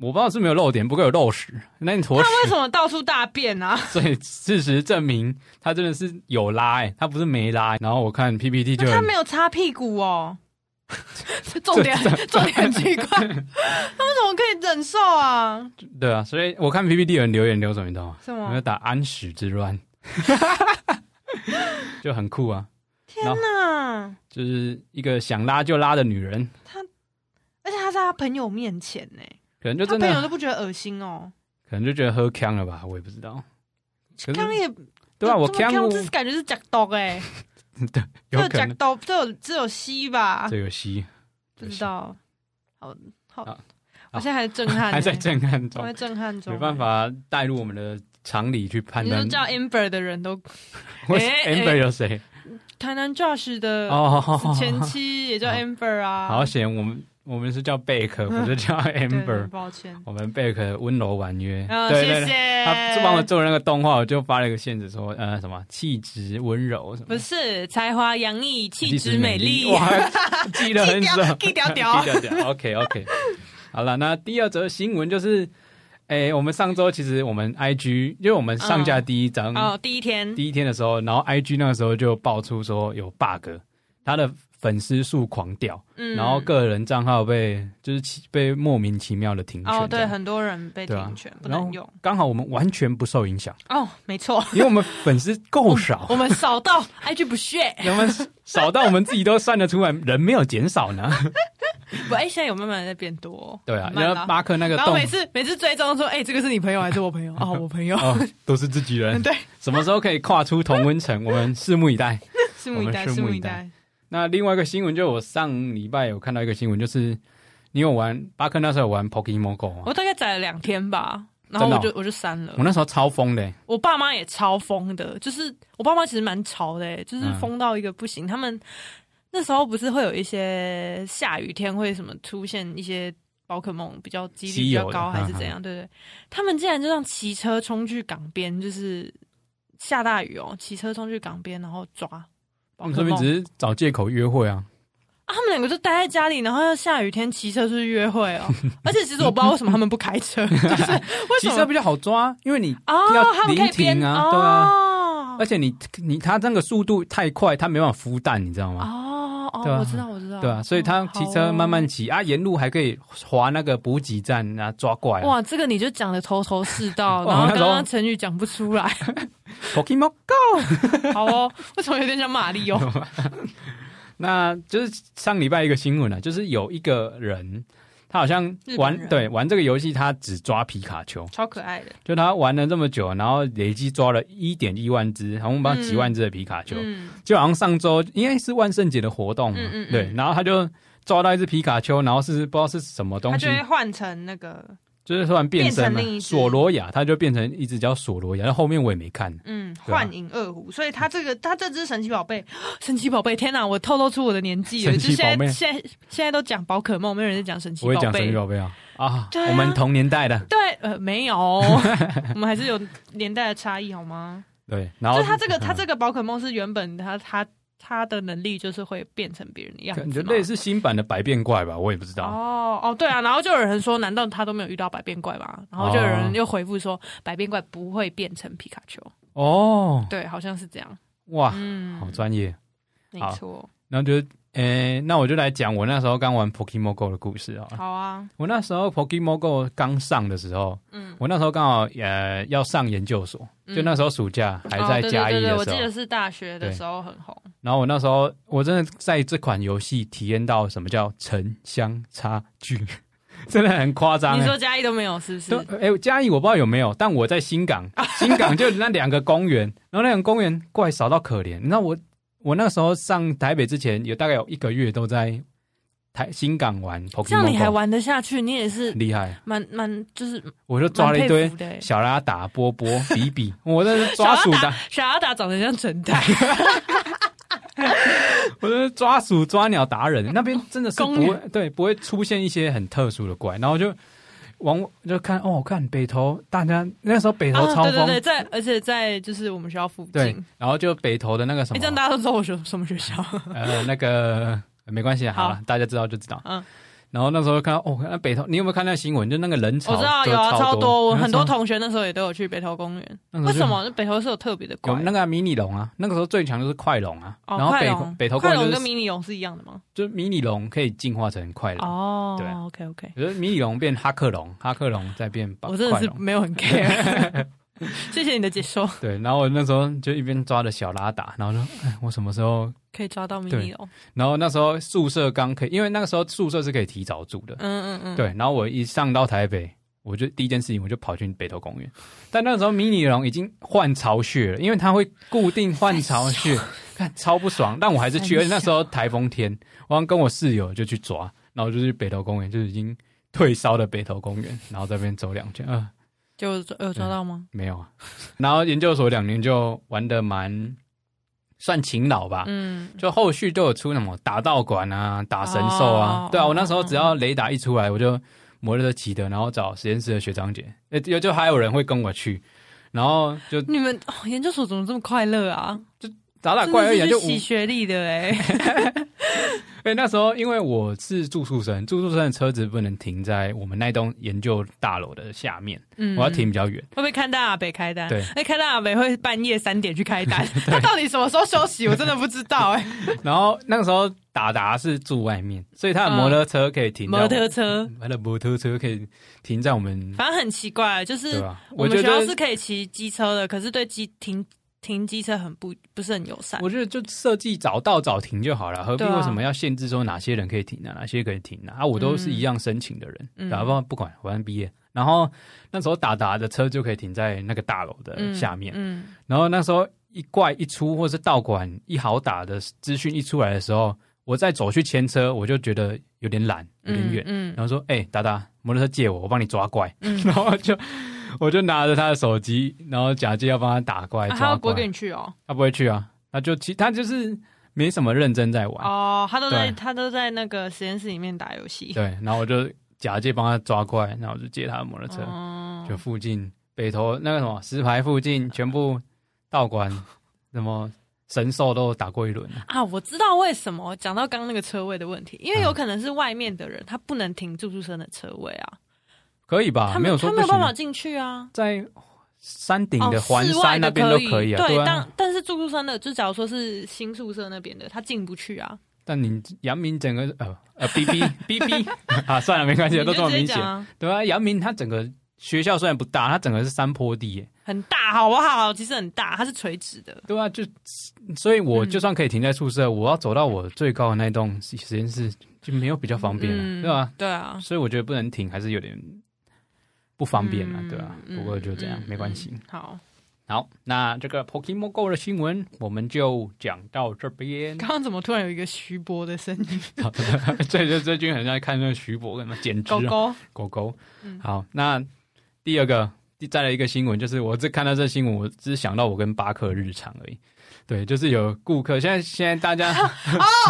Speaker 2: 我不知道是没有漏点，不过有漏屎，那一坨
Speaker 3: 为
Speaker 2: 屎，
Speaker 3: 什么到处大便啊？
Speaker 2: 所以事实证明他真的是有拉、欸，他不是没拉、然后我看 PPT <laughs> 就
Speaker 3: 那他
Speaker 2: 很
Speaker 3: 没有擦屁股哦。 <laughs>
Speaker 2: <laughs>
Speaker 3: 重点重点很奇怪，他们怎么可以忍受啊？
Speaker 2: 对啊，所以我看 PPT 有人留言留什么，你知道吗？
Speaker 3: 什
Speaker 2: 有没
Speaker 3: 么
Speaker 2: 有？打安史之乱， <laughs> 就很酷啊！
Speaker 3: 天哪！
Speaker 2: 就是一个想拉就拉的女人，
Speaker 3: 而且他在他朋友面前呢，
Speaker 2: 可能就
Speaker 3: 他
Speaker 2: 真
Speaker 3: 朋友
Speaker 2: 的
Speaker 3: 都不觉得恶心哦。
Speaker 2: 可能就觉得喝呛了吧，我也不知道。可是
Speaker 3: 刚也
Speaker 2: 对啊，我呛
Speaker 3: 看
Speaker 2: 过，
Speaker 3: 这是感觉是假毒
Speaker 2: <laughs>
Speaker 3: 哎，这
Speaker 2: 有
Speaker 3: 有
Speaker 2: 可
Speaker 3: 假
Speaker 2: 能
Speaker 3: 毒，这有这有吸吧？
Speaker 2: 这有戏，
Speaker 3: 不知道，好好
Speaker 2: 好，
Speaker 3: 我现在还震撼，欸
Speaker 2: 还在，震撼
Speaker 3: 我
Speaker 2: 中
Speaker 3: 在，震撼
Speaker 2: <laughs>
Speaker 3: 中，
Speaker 2: 没办。法带入我们的常理去判
Speaker 3: 你说
Speaker 2: 断。
Speaker 3: 叫 Amber 的人都，
Speaker 2: 我是
Speaker 3: 哎呃
Speaker 2: Amber 有谁？
Speaker 3: 台南 Josh 的
Speaker 2: 哦，
Speaker 3: 前妻也叫
Speaker 2: 好
Speaker 3: Amber 啊，
Speaker 2: 好险，我们我们是叫贝
Speaker 3: <laughs>
Speaker 2: 克，不是叫
Speaker 3: 对很
Speaker 2: Amber。
Speaker 3: 抱歉，
Speaker 2: 我们贝克温柔婉约，
Speaker 3: 嗯，
Speaker 2: 对
Speaker 3: 谢
Speaker 2: 对对，
Speaker 3: 谢，
Speaker 2: 他就帮我做那个动画，我就发了一个限制说，呃，什么气质温柔什么，
Speaker 3: 不是才华洋溢，气质
Speaker 2: 美
Speaker 3: 美丽，
Speaker 2: 哇，记得很
Speaker 3: 记
Speaker 2: 少
Speaker 3: 掉， <laughs> 记掉
Speaker 2: <laughs>
Speaker 3: 掉
Speaker 2: 记掉掉，OK OK。好了，那第二则新闻就是，哎，我们上周其实我们 IG，因为我们上架第一张
Speaker 3: 哦，第一天，
Speaker 2: 第一天的时候，然后 IG 那个时候就爆出说有 bug，他的粉丝数狂掉，
Speaker 3: 嗯，
Speaker 2: 然后个人账号被就是其被莫名其妙的停权。
Speaker 3: 哦，
Speaker 2: 这
Speaker 3: 对，
Speaker 2: 样
Speaker 3: 很多人被
Speaker 2: 对啊
Speaker 3: 停权，不
Speaker 2: 然后
Speaker 3: 能用，
Speaker 2: 刚好我们完全不受影响，
Speaker 3: 哦，没错， <laughs>
Speaker 2: 因为我们粉丝够少
Speaker 3: 我，们扫到 IG 不屑，
Speaker 2: 我
Speaker 3: <laughs>
Speaker 2: 们少到我们自己都算得出来，人没有减少呢。
Speaker 3: 不，哎，现在有慢慢地在变多哦，
Speaker 2: 对啊，
Speaker 3: 很慢
Speaker 2: 然
Speaker 3: 啦
Speaker 2: 后巴克那个
Speaker 3: 然后
Speaker 2: 洞
Speaker 3: 每次每次追踪说，哎，这个是你朋友还是我朋友？哦，我朋友，
Speaker 2: <laughs> 哦，都是自己人。
Speaker 3: <laughs> 对，
Speaker 2: 什么时候可以跨出同温层？我们拭目以
Speaker 3: <laughs>
Speaker 2: 待。
Speaker 3: 拭目以待，
Speaker 2: 我们拭
Speaker 3: 拭
Speaker 2: 目
Speaker 3: 目
Speaker 2: 以
Speaker 3: 以
Speaker 2: 待
Speaker 3: 待。
Speaker 2: 那另外一个新闻，就我上礼拜有看
Speaker 3: 哦
Speaker 2: 到一个新闻，就是你有玩巴克那时候有玩 Pokemon Go 吗？
Speaker 3: 我大概载了两天吧，然后我
Speaker 2: 真
Speaker 3: 就
Speaker 2: 的哦
Speaker 3: 我就删了
Speaker 2: 我。那时候超疯的、
Speaker 3: 我爸妈也超疯的，就是我爸妈其实蛮潮的、欸，就是
Speaker 2: 嗯
Speaker 3: 疯到一个不行。他们那时候不是会有一些下雨天会什么出现一些宝可梦比较几率比较
Speaker 2: 稀有的嗯
Speaker 3: 高还是怎样？对不对？他们竟然就让骑车冲去港边，就是下大雨哦、骑车冲去港边，然后抓
Speaker 2: 我
Speaker 3: 宝
Speaker 2: 们
Speaker 3: 可
Speaker 2: 这边
Speaker 3: 梦。
Speaker 2: 只是找借口约会啊，
Speaker 3: 啊他们两个就待在家里，然后要下雨天骑车出去约
Speaker 2: <laughs>
Speaker 3: 会哦、而且其实我不知道为什么他们不开车，就是为
Speaker 2: 骑
Speaker 3: 什
Speaker 2: 车
Speaker 3: 么
Speaker 2: 比较好抓，因为你
Speaker 3: 哦，他
Speaker 2: 要
Speaker 3: 们可
Speaker 2: 临
Speaker 3: 以边
Speaker 2: 停啊，
Speaker 3: 哦、
Speaker 2: 对啊，而且你你他那个速度太快，他没办法孵蛋，你知道吗？
Speaker 3: 哦哦
Speaker 2: 对啊
Speaker 3: 我知道，我知道，
Speaker 2: 对啊，所以他
Speaker 3: 哦
Speaker 2: 骑车慢。
Speaker 3: 好
Speaker 2: 慢
Speaker 3: 哦
Speaker 2: 骑、啊，沿路还可以划那个补给站啊，抓怪、啊。
Speaker 3: 哇，这个你就讲的头头是
Speaker 2: <laughs>
Speaker 3: 道，
Speaker 2: 哇
Speaker 3: 然后
Speaker 2: 那时
Speaker 3: 刚
Speaker 2: 候
Speaker 3: 刚成语讲不
Speaker 2: <laughs>
Speaker 3: 出来，
Speaker 2: Pokemon Go，
Speaker 3: 好哦，为什么有点像哦马
Speaker 2: <laughs>
Speaker 3: 里奥？
Speaker 2: 那就是上礼拜一个新闻啊，就是有一个人，他好像
Speaker 3: 日本
Speaker 2: 玩
Speaker 3: 人
Speaker 2: 对玩这个游戏，他只抓皮卡丘，
Speaker 3: 超
Speaker 2: <laughs>
Speaker 3: 可爱的，
Speaker 2: 就他玩了这么久，然后累计抓了一点一万只，好像不知道几万只的皮卡丘，
Speaker 3: 嗯，
Speaker 2: 就好像上周应该是万圣节的活动嘛，
Speaker 3: 嗯嗯嗯
Speaker 2: 对，然后他就抓到一只皮卡丘，然后是不知道是什么
Speaker 3: 它
Speaker 2: 东西
Speaker 3: 就，会换成那个，
Speaker 2: 就是突然变身嘛
Speaker 3: 变成另一，只
Speaker 2: 索罗亚，他就变成一只叫索罗亚，然后后面我也没看，
Speaker 3: 嗯，
Speaker 2: 对啊
Speaker 3: 幻影二胡，所以它这个，它这只神奇宝贝， <gasps> 神奇宝贝，天哪，我透露出我的年纪了，
Speaker 2: 神
Speaker 3: 就
Speaker 2: 奇宝
Speaker 3: 现
Speaker 2: 贝
Speaker 3: 在现在现在都讲宝可梦，没有人在讲神奇
Speaker 2: 我也
Speaker 3: 宝
Speaker 2: 讲神
Speaker 3: 贝
Speaker 2: 奇。宝贝啊啊，
Speaker 3: 对啊
Speaker 2: 我们同年代的，
Speaker 3: 对，呃，
Speaker 2: <laughs>
Speaker 3: 没有，我们还是有年代的差异，好吗？
Speaker 2: 对，然后
Speaker 3: 就它这个，它
Speaker 2: 个。
Speaker 3: 这个宝可梦是原本它它它的能力就是会变成别人的样
Speaker 2: <laughs>
Speaker 3: 子
Speaker 2: 感
Speaker 3: 嘛，
Speaker 2: 觉类似新版的百变怪吧，我也不知道。
Speaker 3: 哦哦，对啊，然后就有人说，难道他都没有遇到百变怪吗？然后就有人又回复说，百变怪不会变成皮卡丘。
Speaker 2: 哦，
Speaker 3: 对，好像是这样。
Speaker 2: 哇，
Speaker 3: 嗯，
Speaker 2: 好专业。
Speaker 3: 没错。
Speaker 2: 然后就，诶、那我就来讲我那时候刚玩 Pokemon Go 的故事啊。
Speaker 3: 好啊，
Speaker 2: 我那时候 Pokemon Go 刚上的时候，
Speaker 3: 嗯，
Speaker 2: 我那时候刚好呃要上研究所，就
Speaker 3: 嗯
Speaker 2: 那时候暑假还在嘉义
Speaker 3: 哦、对对对对
Speaker 2: 的
Speaker 3: 我
Speaker 2: 时
Speaker 3: 记
Speaker 2: 候。
Speaker 3: 得是大学的
Speaker 2: 对
Speaker 3: 时候很红。
Speaker 2: 然后我那时候我真的在这款游戏体验到什么叫城乡差距， <laughs> 真的很夸张、
Speaker 3: 你
Speaker 2: 欸
Speaker 3: 说。嘉义都没有是不是
Speaker 2: 对？，哎、嘉义我不知道有没有，但我在新
Speaker 3: <laughs>
Speaker 2: 港，新港就那两个公园，然后那两个公园怪少到可怜。你知道我，我那时候上台北之前，有大概有一个月都在台新港玩 Pokemon，
Speaker 3: 这样你还
Speaker 2: Go
Speaker 3: 玩得下去？你也是
Speaker 2: 厉害？
Speaker 3: 蛮蛮就是
Speaker 2: 我就抓了一堆
Speaker 3: 蛮佩服的欸
Speaker 2: 小拉打、波波、比比，我那是抓鼠
Speaker 3: 小
Speaker 2: 的
Speaker 3: 阿达，小阿达长得像陈太，
Speaker 2: <laughs> 我那是抓鼠抓鸟达人。那边真的是不
Speaker 3: 公
Speaker 2: 会，对，不会出现一些很特殊的怪，然后就往就看哦，看北投，大家那时候北投
Speaker 3: 啊
Speaker 2: 超
Speaker 3: 对
Speaker 2: 疯。
Speaker 3: 对对，在而且在就是我们学校附近。
Speaker 2: 对，然后就北投的那个什
Speaker 3: 哎，
Speaker 2: 么
Speaker 3: 这，样大家都知道我什什么学校？ <laughs>
Speaker 2: 呃，那个没关系啊，好了
Speaker 3: 好，
Speaker 2: 大家知道就知道。
Speaker 3: 嗯
Speaker 2: 然后那时候看到，哦，那北投，你有没有看那新闻？就那个人潮，
Speaker 3: 我知道有啊，超
Speaker 2: 超
Speaker 3: 多，我
Speaker 2: 那时候
Speaker 3: 很多同学那时候也都有去北投公园。
Speaker 2: 那时候
Speaker 3: 为
Speaker 2: 就
Speaker 3: 什么？那北投是有特别的怪
Speaker 2: 有？那个啊、迷你龙啊？那个时候最强就是快龙啊，
Speaker 3: 哦
Speaker 2: 然后
Speaker 3: 快
Speaker 2: 北
Speaker 3: 龙
Speaker 2: 北投公
Speaker 3: 快龙
Speaker 2: 园就
Speaker 3: 跟
Speaker 2: 是
Speaker 3: 迷你龙是一样的吗？
Speaker 2: 就是迷你龙可以进化成快龙，
Speaker 3: 哦
Speaker 2: 对
Speaker 3: ，OK OK，
Speaker 2: 我觉得迷你龙变哈克龙，哈克龙再变快
Speaker 3: 我真的是
Speaker 2: 龙。<laughs>
Speaker 3: 没有很 care。谢谢你的解说，
Speaker 2: 对，然后我那时候就一边抓着小拉打，然后说，哎，我什么时候？
Speaker 3: 可以抓到迷你龙。
Speaker 2: 然后那时候宿舍刚可以，因为那个时候宿舍是可以提早住的，
Speaker 3: 嗯嗯嗯，
Speaker 2: 对，然后我一上到台北，我就第一件事情我就跑去北投公园，但那时候迷你龙已经换巢穴了，因为它会固定换巢穴，看超不爽，但我还是去，
Speaker 3: 三
Speaker 2: 而且那时候台风天，我好像跟我室友就去抓，然后我就去北投公园，就是已经退烧的北投公园，然后在那边走两圈，啊、
Speaker 3: 就有抓到吗？
Speaker 2: 没有啊，然后研究所两年就玩的蛮算勤劳吧，
Speaker 3: 嗯，
Speaker 2: 就后续都有出什么打道馆啊、打神兽啊，
Speaker 3: 哦
Speaker 2: 对啊，
Speaker 3: 哦
Speaker 2: 我那时候只要雷达一出来，我就摩托车骑的，然后找实验室的学长姐，呃，就就还有人会跟我去，然后就
Speaker 3: 你们哦研究所怎么这么快乐啊？
Speaker 2: 打打
Speaker 3: 真
Speaker 2: 怪而
Speaker 3: 的
Speaker 2: 已啊，
Speaker 3: 是
Speaker 2: 就
Speaker 3: 去
Speaker 2: 五
Speaker 3: 洗学历的
Speaker 2: <laughs>
Speaker 3: 哎。
Speaker 2: 哎、那时候因为我是住宿生，住宿生的车子不能停在我们那栋研究大楼的下面，
Speaker 3: 嗯
Speaker 2: 我要停比较远。
Speaker 3: 会不会看大阿北开单？
Speaker 2: 对
Speaker 3: 哎，看大阿北会半夜三点去开
Speaker 2: <laughs>
Speaker 3: 单，他到底什么时候休息？我真的不知道哎。
Speaker 2: 然后那个时候达达是住外面，所以他的摩托车可以停在我
Speaker 3: 哦摩托车，
Speaker 2: 他的摩托车可以停在我们，
Speaker 3: 反正很奇怪，就是
Speaker 2: 对吧？
Speaker 3: 嗯我们
Speaker 2: 觉
Speaker 3: 学校
Speaker 2: 得
Speaker 3: 是可以骑机车的，可是对机停停机车很不不是很友善。
Speaker 2: 我觉得就设计早到早停就好了，何必
Speaker 3: 对啊
Speaker 2: 为什么要限制说哪些人可以停啊，哪些可以停啊？啊，我都是一样申请的人，
Speaker 3: 嗯
Speaker 2: 然后不管，我按毕业。然后那时候达达的车就可以停在那个大楼的下面，
Speaker 3: 嗯，
Speaker 2: 然后那时候一怪一出，或是道馆一好打的资讯一出来的时候，我再走去牵车，我就觉得有点懒，有点远，
Speaker 3: 嗯
Speaker 2: 然后说：“哎、达达，摩托车借我，我帮你抓怪。
Speaker 3: 嗯
Speaker 2: 然后就 <laughs> 我就拿着他的手机，然后假借要帮他打怪
Speaker 3: 啊他
Speaker 2: 抓
Speaker 3: 不会
Speaker 2: 怪，
Speaker 3: 跟你去哦。
Speaker 2: 他不会去啊，他就其他就是没什么认真在玩，
Speaker 3: 哦，他都在
Speaker 2: 啊对
Speaker 3: 他都在那个实验室里面打游戏。
Speaker 2: 对，然后我就假借帮他抓怪，然后我就借他的摩托车，
Speaker 3: 哦
Speaker 2: 就附近北投那个什么石牌附近全部道馆， <laughs> 什么神兽都打过一轮了，
Speaker 3: 啊，我知道为什么讲到刚刚那个车位的问题，因为有
Speaker 2: 嗯
Speaker 3: 可能是外面的人他不能停住宿生的车位啊，
Speaker 2: 可以吧？
Speaker 3: 他
Speaker 2: 啊没
Speaker 3: 们
Speaker 2: 有
Speaker 3: 他
Speaker 2: 说
Speaker 3: 没
Speaker 2: 不
Speaker 3: 有办法
Speaker 2: 行，
Speaker 3: 进去啊。
Speaker 2: 在山顶
Speaker 3: 哦，
Speaker 2: 的环
Speaker 3: 室外
Speaker 2: 山
Speaker 3: 的
Speaker 2: 那边都
Speaker 3: 可
Speaker 2: 以啊，
Speaker 3: 对，
Speaker 2: 对啊
Speaker 3: 但。但是住宿生的，就假如说是新宿舍那边的，他进不去啊。
Speaker 2: 但你阳明整个呃呃 B B B
Speaker 3: <laughs>
Speaker 2: B 啊，算了，没关系，
Speaker 3: 你
Speaker 2: 都
Speaker 3: 就
Speaker 2: 这么
Speaker 3: 直接
Speaker 2: 明显
Speaker 3: 讲，啊，
Speaker 2: 对啊，阳明它整个学校虽然不大，它整个是山坡地耶，
Speaker 3: 很大好不好？其实很大，它是垂直的。
Speaker 2: 对啊，就所以，我
Speaker 3: 嗯
Speaker 2: 就算可以停在宿舍，我要走到我最高的那栋实验室就没有比较方便了、
Speaker 3: 嗯
Speaker 2: 对吧、
Speaker 3: 对啊，
Speaker 2: 所以我觉得不能停还是有点不方便了、
Speaker 3: 嗯
Speaker 2: 对吧、啊？
Speaker 3: 嗯
Speaker 2: 不过就这样，
Speaker 3: 嗯
Speaker 2: 没关系。
Speaker 3: 嗯好，
Speaker 2: 好，那这个 Pokemon Go 的新闻我们就讲到这
Speaker 3: <laughs>
Speaker 2: 边。
Speaker 3: 刚刚怎么突然有一个徐波的声
Speaker 2: <laughs>
Speaker 3: 音？
Speaker 2: 这这最近很像看那个徐博，跟他简直
Speaker 3: 狗
Speaker 2: 啊狗
Speaker 3: 狗，
Speaker 2: 狗。
Speaker 3: 嗯
Speaker 2: 好，那第二个，第再来一个新闻，就是我只看到这新闻，我只想到我跟巴克日常而已。对，就是有顾客，现在现在大家
Speaker 3: <laughs> 哦，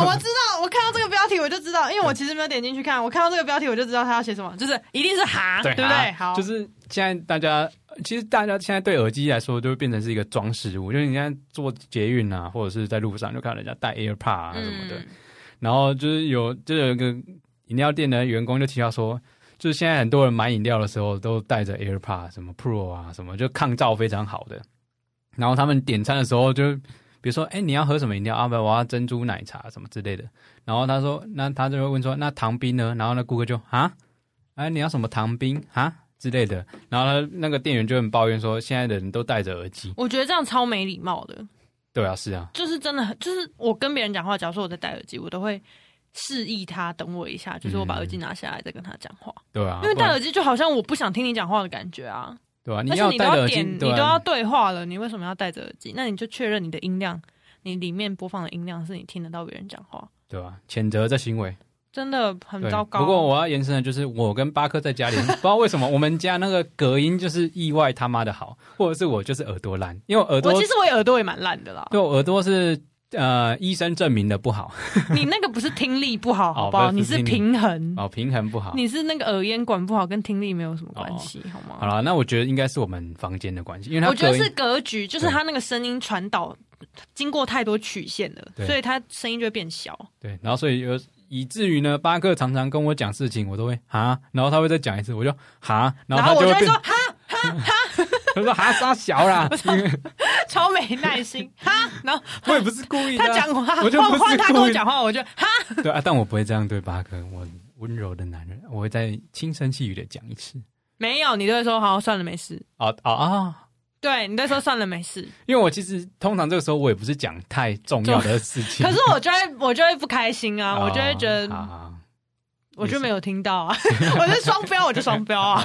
Speaker 3: 我知道，我看到这个标题我就知道，因为我其实没有点进去看，我看到这个标题我就知道他要写什么，就是一定是哈，对不对？
Speaker 2: 啊
Speaker 3: 好，
Speaker 2: 就是现在大家，其实大家现在对耳机来说，就会变成是一个装饰物，就是你现在坐捷运啊，或者是在路上就看到人家戴 AirPod 啊什么的，
Speaker 3: 嗯
Speaker 2: 然后就是有就有一个饮料店的员工就提到说。就是现在很多人买饮料的时候都带着 AirPod 什么 Pro 啊什么，就抗噪非常好的。然后他们点餐的时候就，比如说，哎，你要喝什么饮料？啊，不，我要珍珠奶茶什么之类的。然后他说，那他就会问说，那糖冰呢？然后那顾客就啊，哎，你要什么糖冰啊之类的。然后他那个店员就很抱怨说，现在的人都戴着耳机。
Speaker 3: 我觉得这样超没礼貌的，
Speaker 2: 对啊，是啊，
Speaker 3: 就是真的很，就是我跟别人讲话，假如说我在戴耳机，我都会示意他等我一下，就是我把耳机拿下来再跟他讲话，
Speaker 2: 对嗯啊，
Speaker 3: 因为
Speaker 2: 不然
Speaker 3: 戴耳机就好像我不想听你讲话的感觉啊。
Speaker 2: 对啊，你
Speaker 3: 但是
Speaker 2: 要
Speaker 3: 你都
Speaker 2: 戴着
Speaker 3: 要
Speaker 2: 耳机，
Speaker 3: 点，你
Speaker 2: 对
Speaker 3: 都
Speaker 2: 啊
Speaker 3: 要对话了，你为什么要戴着耳机？那你就确认你的音量，你里面播放的音量是你听得到别人讲话，
Speaker 2: 对啊，谴责这行为。
Speaker 3: 真的很
Speaker 2: 对
Speaker 3: 糟糕。
Speaker 2: 不过我要延伸的就是，我跟巴克在家
Speaker 3: <laughs>
Speaker 2: 里，不知道为什么我们家那个隔音就是意外他妈的好，或者是我就是耳朵烂，因为我耳朵
Speaker 3: 我其实我也耳朵也蛮烂的啦，
Speaker 2: 对我耳朵是呃医生证明的不好，
Speaker 3: 你那个不是听力
Speaker 2: <laughs>
Speaker 3: 不好，好不
Speaker 2: 哦
Speaker 3: 好？
Speaker 2: 不
Speaker 3: 你
Speaker 2: 是
Speaker 3: 是平衡，
Speaker 2: 哦平衡不好。
Speaker 3: 嗯
Speaker 2: 哦
Speaker 3: 你是那个耳咽管不好，跟听力没有什么关系，好吗？
Speaker 2: 好了，那我觉得应该是我们房间的关系，因为它
Speaker 3: 我觉得
Speaker 2: 隔音
Speaker 3: 是格局，就是它那个声音传导经过太多曲线了，
Speaker 2: 对
Speaker 3: 所以它声音就会变小。
Speaker 2: 对，然后所以有以至于呢，巴克常常跟我讲事情，我都会哈，然后他会再讲一次，我就哈，然
Speaker 3: 然
Speaker 2: 后他
Speaker 3: 后
Speaker 2: 就
Speaker 3: 我
Speaker 2: 会
Speaker 3: 就会
Speaker 2: 变
Speaker 3: 说，哈，
Speaker 2: 他说哈傻小啦，
Speaker 3: 超没耐心，哈。然后
Speaker 2: <laughs> 我也不是故意的
Speaker 3: 他
Speaker 2: 啊、
Speaker 3: 讲话，
Speaker 2: 我就不是
Speaker 3: 换换他跟
Speaker 2: 故
Speaker 3: 我
Speaker 2: 意
Speaker 3: 讲话，我就哈。
Speaker 2: <laughs> 对啊，但我不会这样对巴克，我温柔的男人，我会再轻声细语的讲一次。
Speaker 3: 没有，你都会说好，算了，没事。
Speaker 2: 啊啊啊！
Speaker 3: 对，你都会说算了，
Speaker 2: <laughs>
Speaker 3: 没事。
Speaker 2: 因为我其实通常这个时候我也不是讲太重要的事情，
Speaker 3: <laughs> 可是我就会，我就会不开心啊，我就会觉
Speaker 2: 啊
Speaker 3: 得，
Speaker 2: 啊
Speaker 3: 我就没有听到啊， <laughs> 我是双标，我就双
Speaker 2: <laughs>
Speaker 3: 标啊。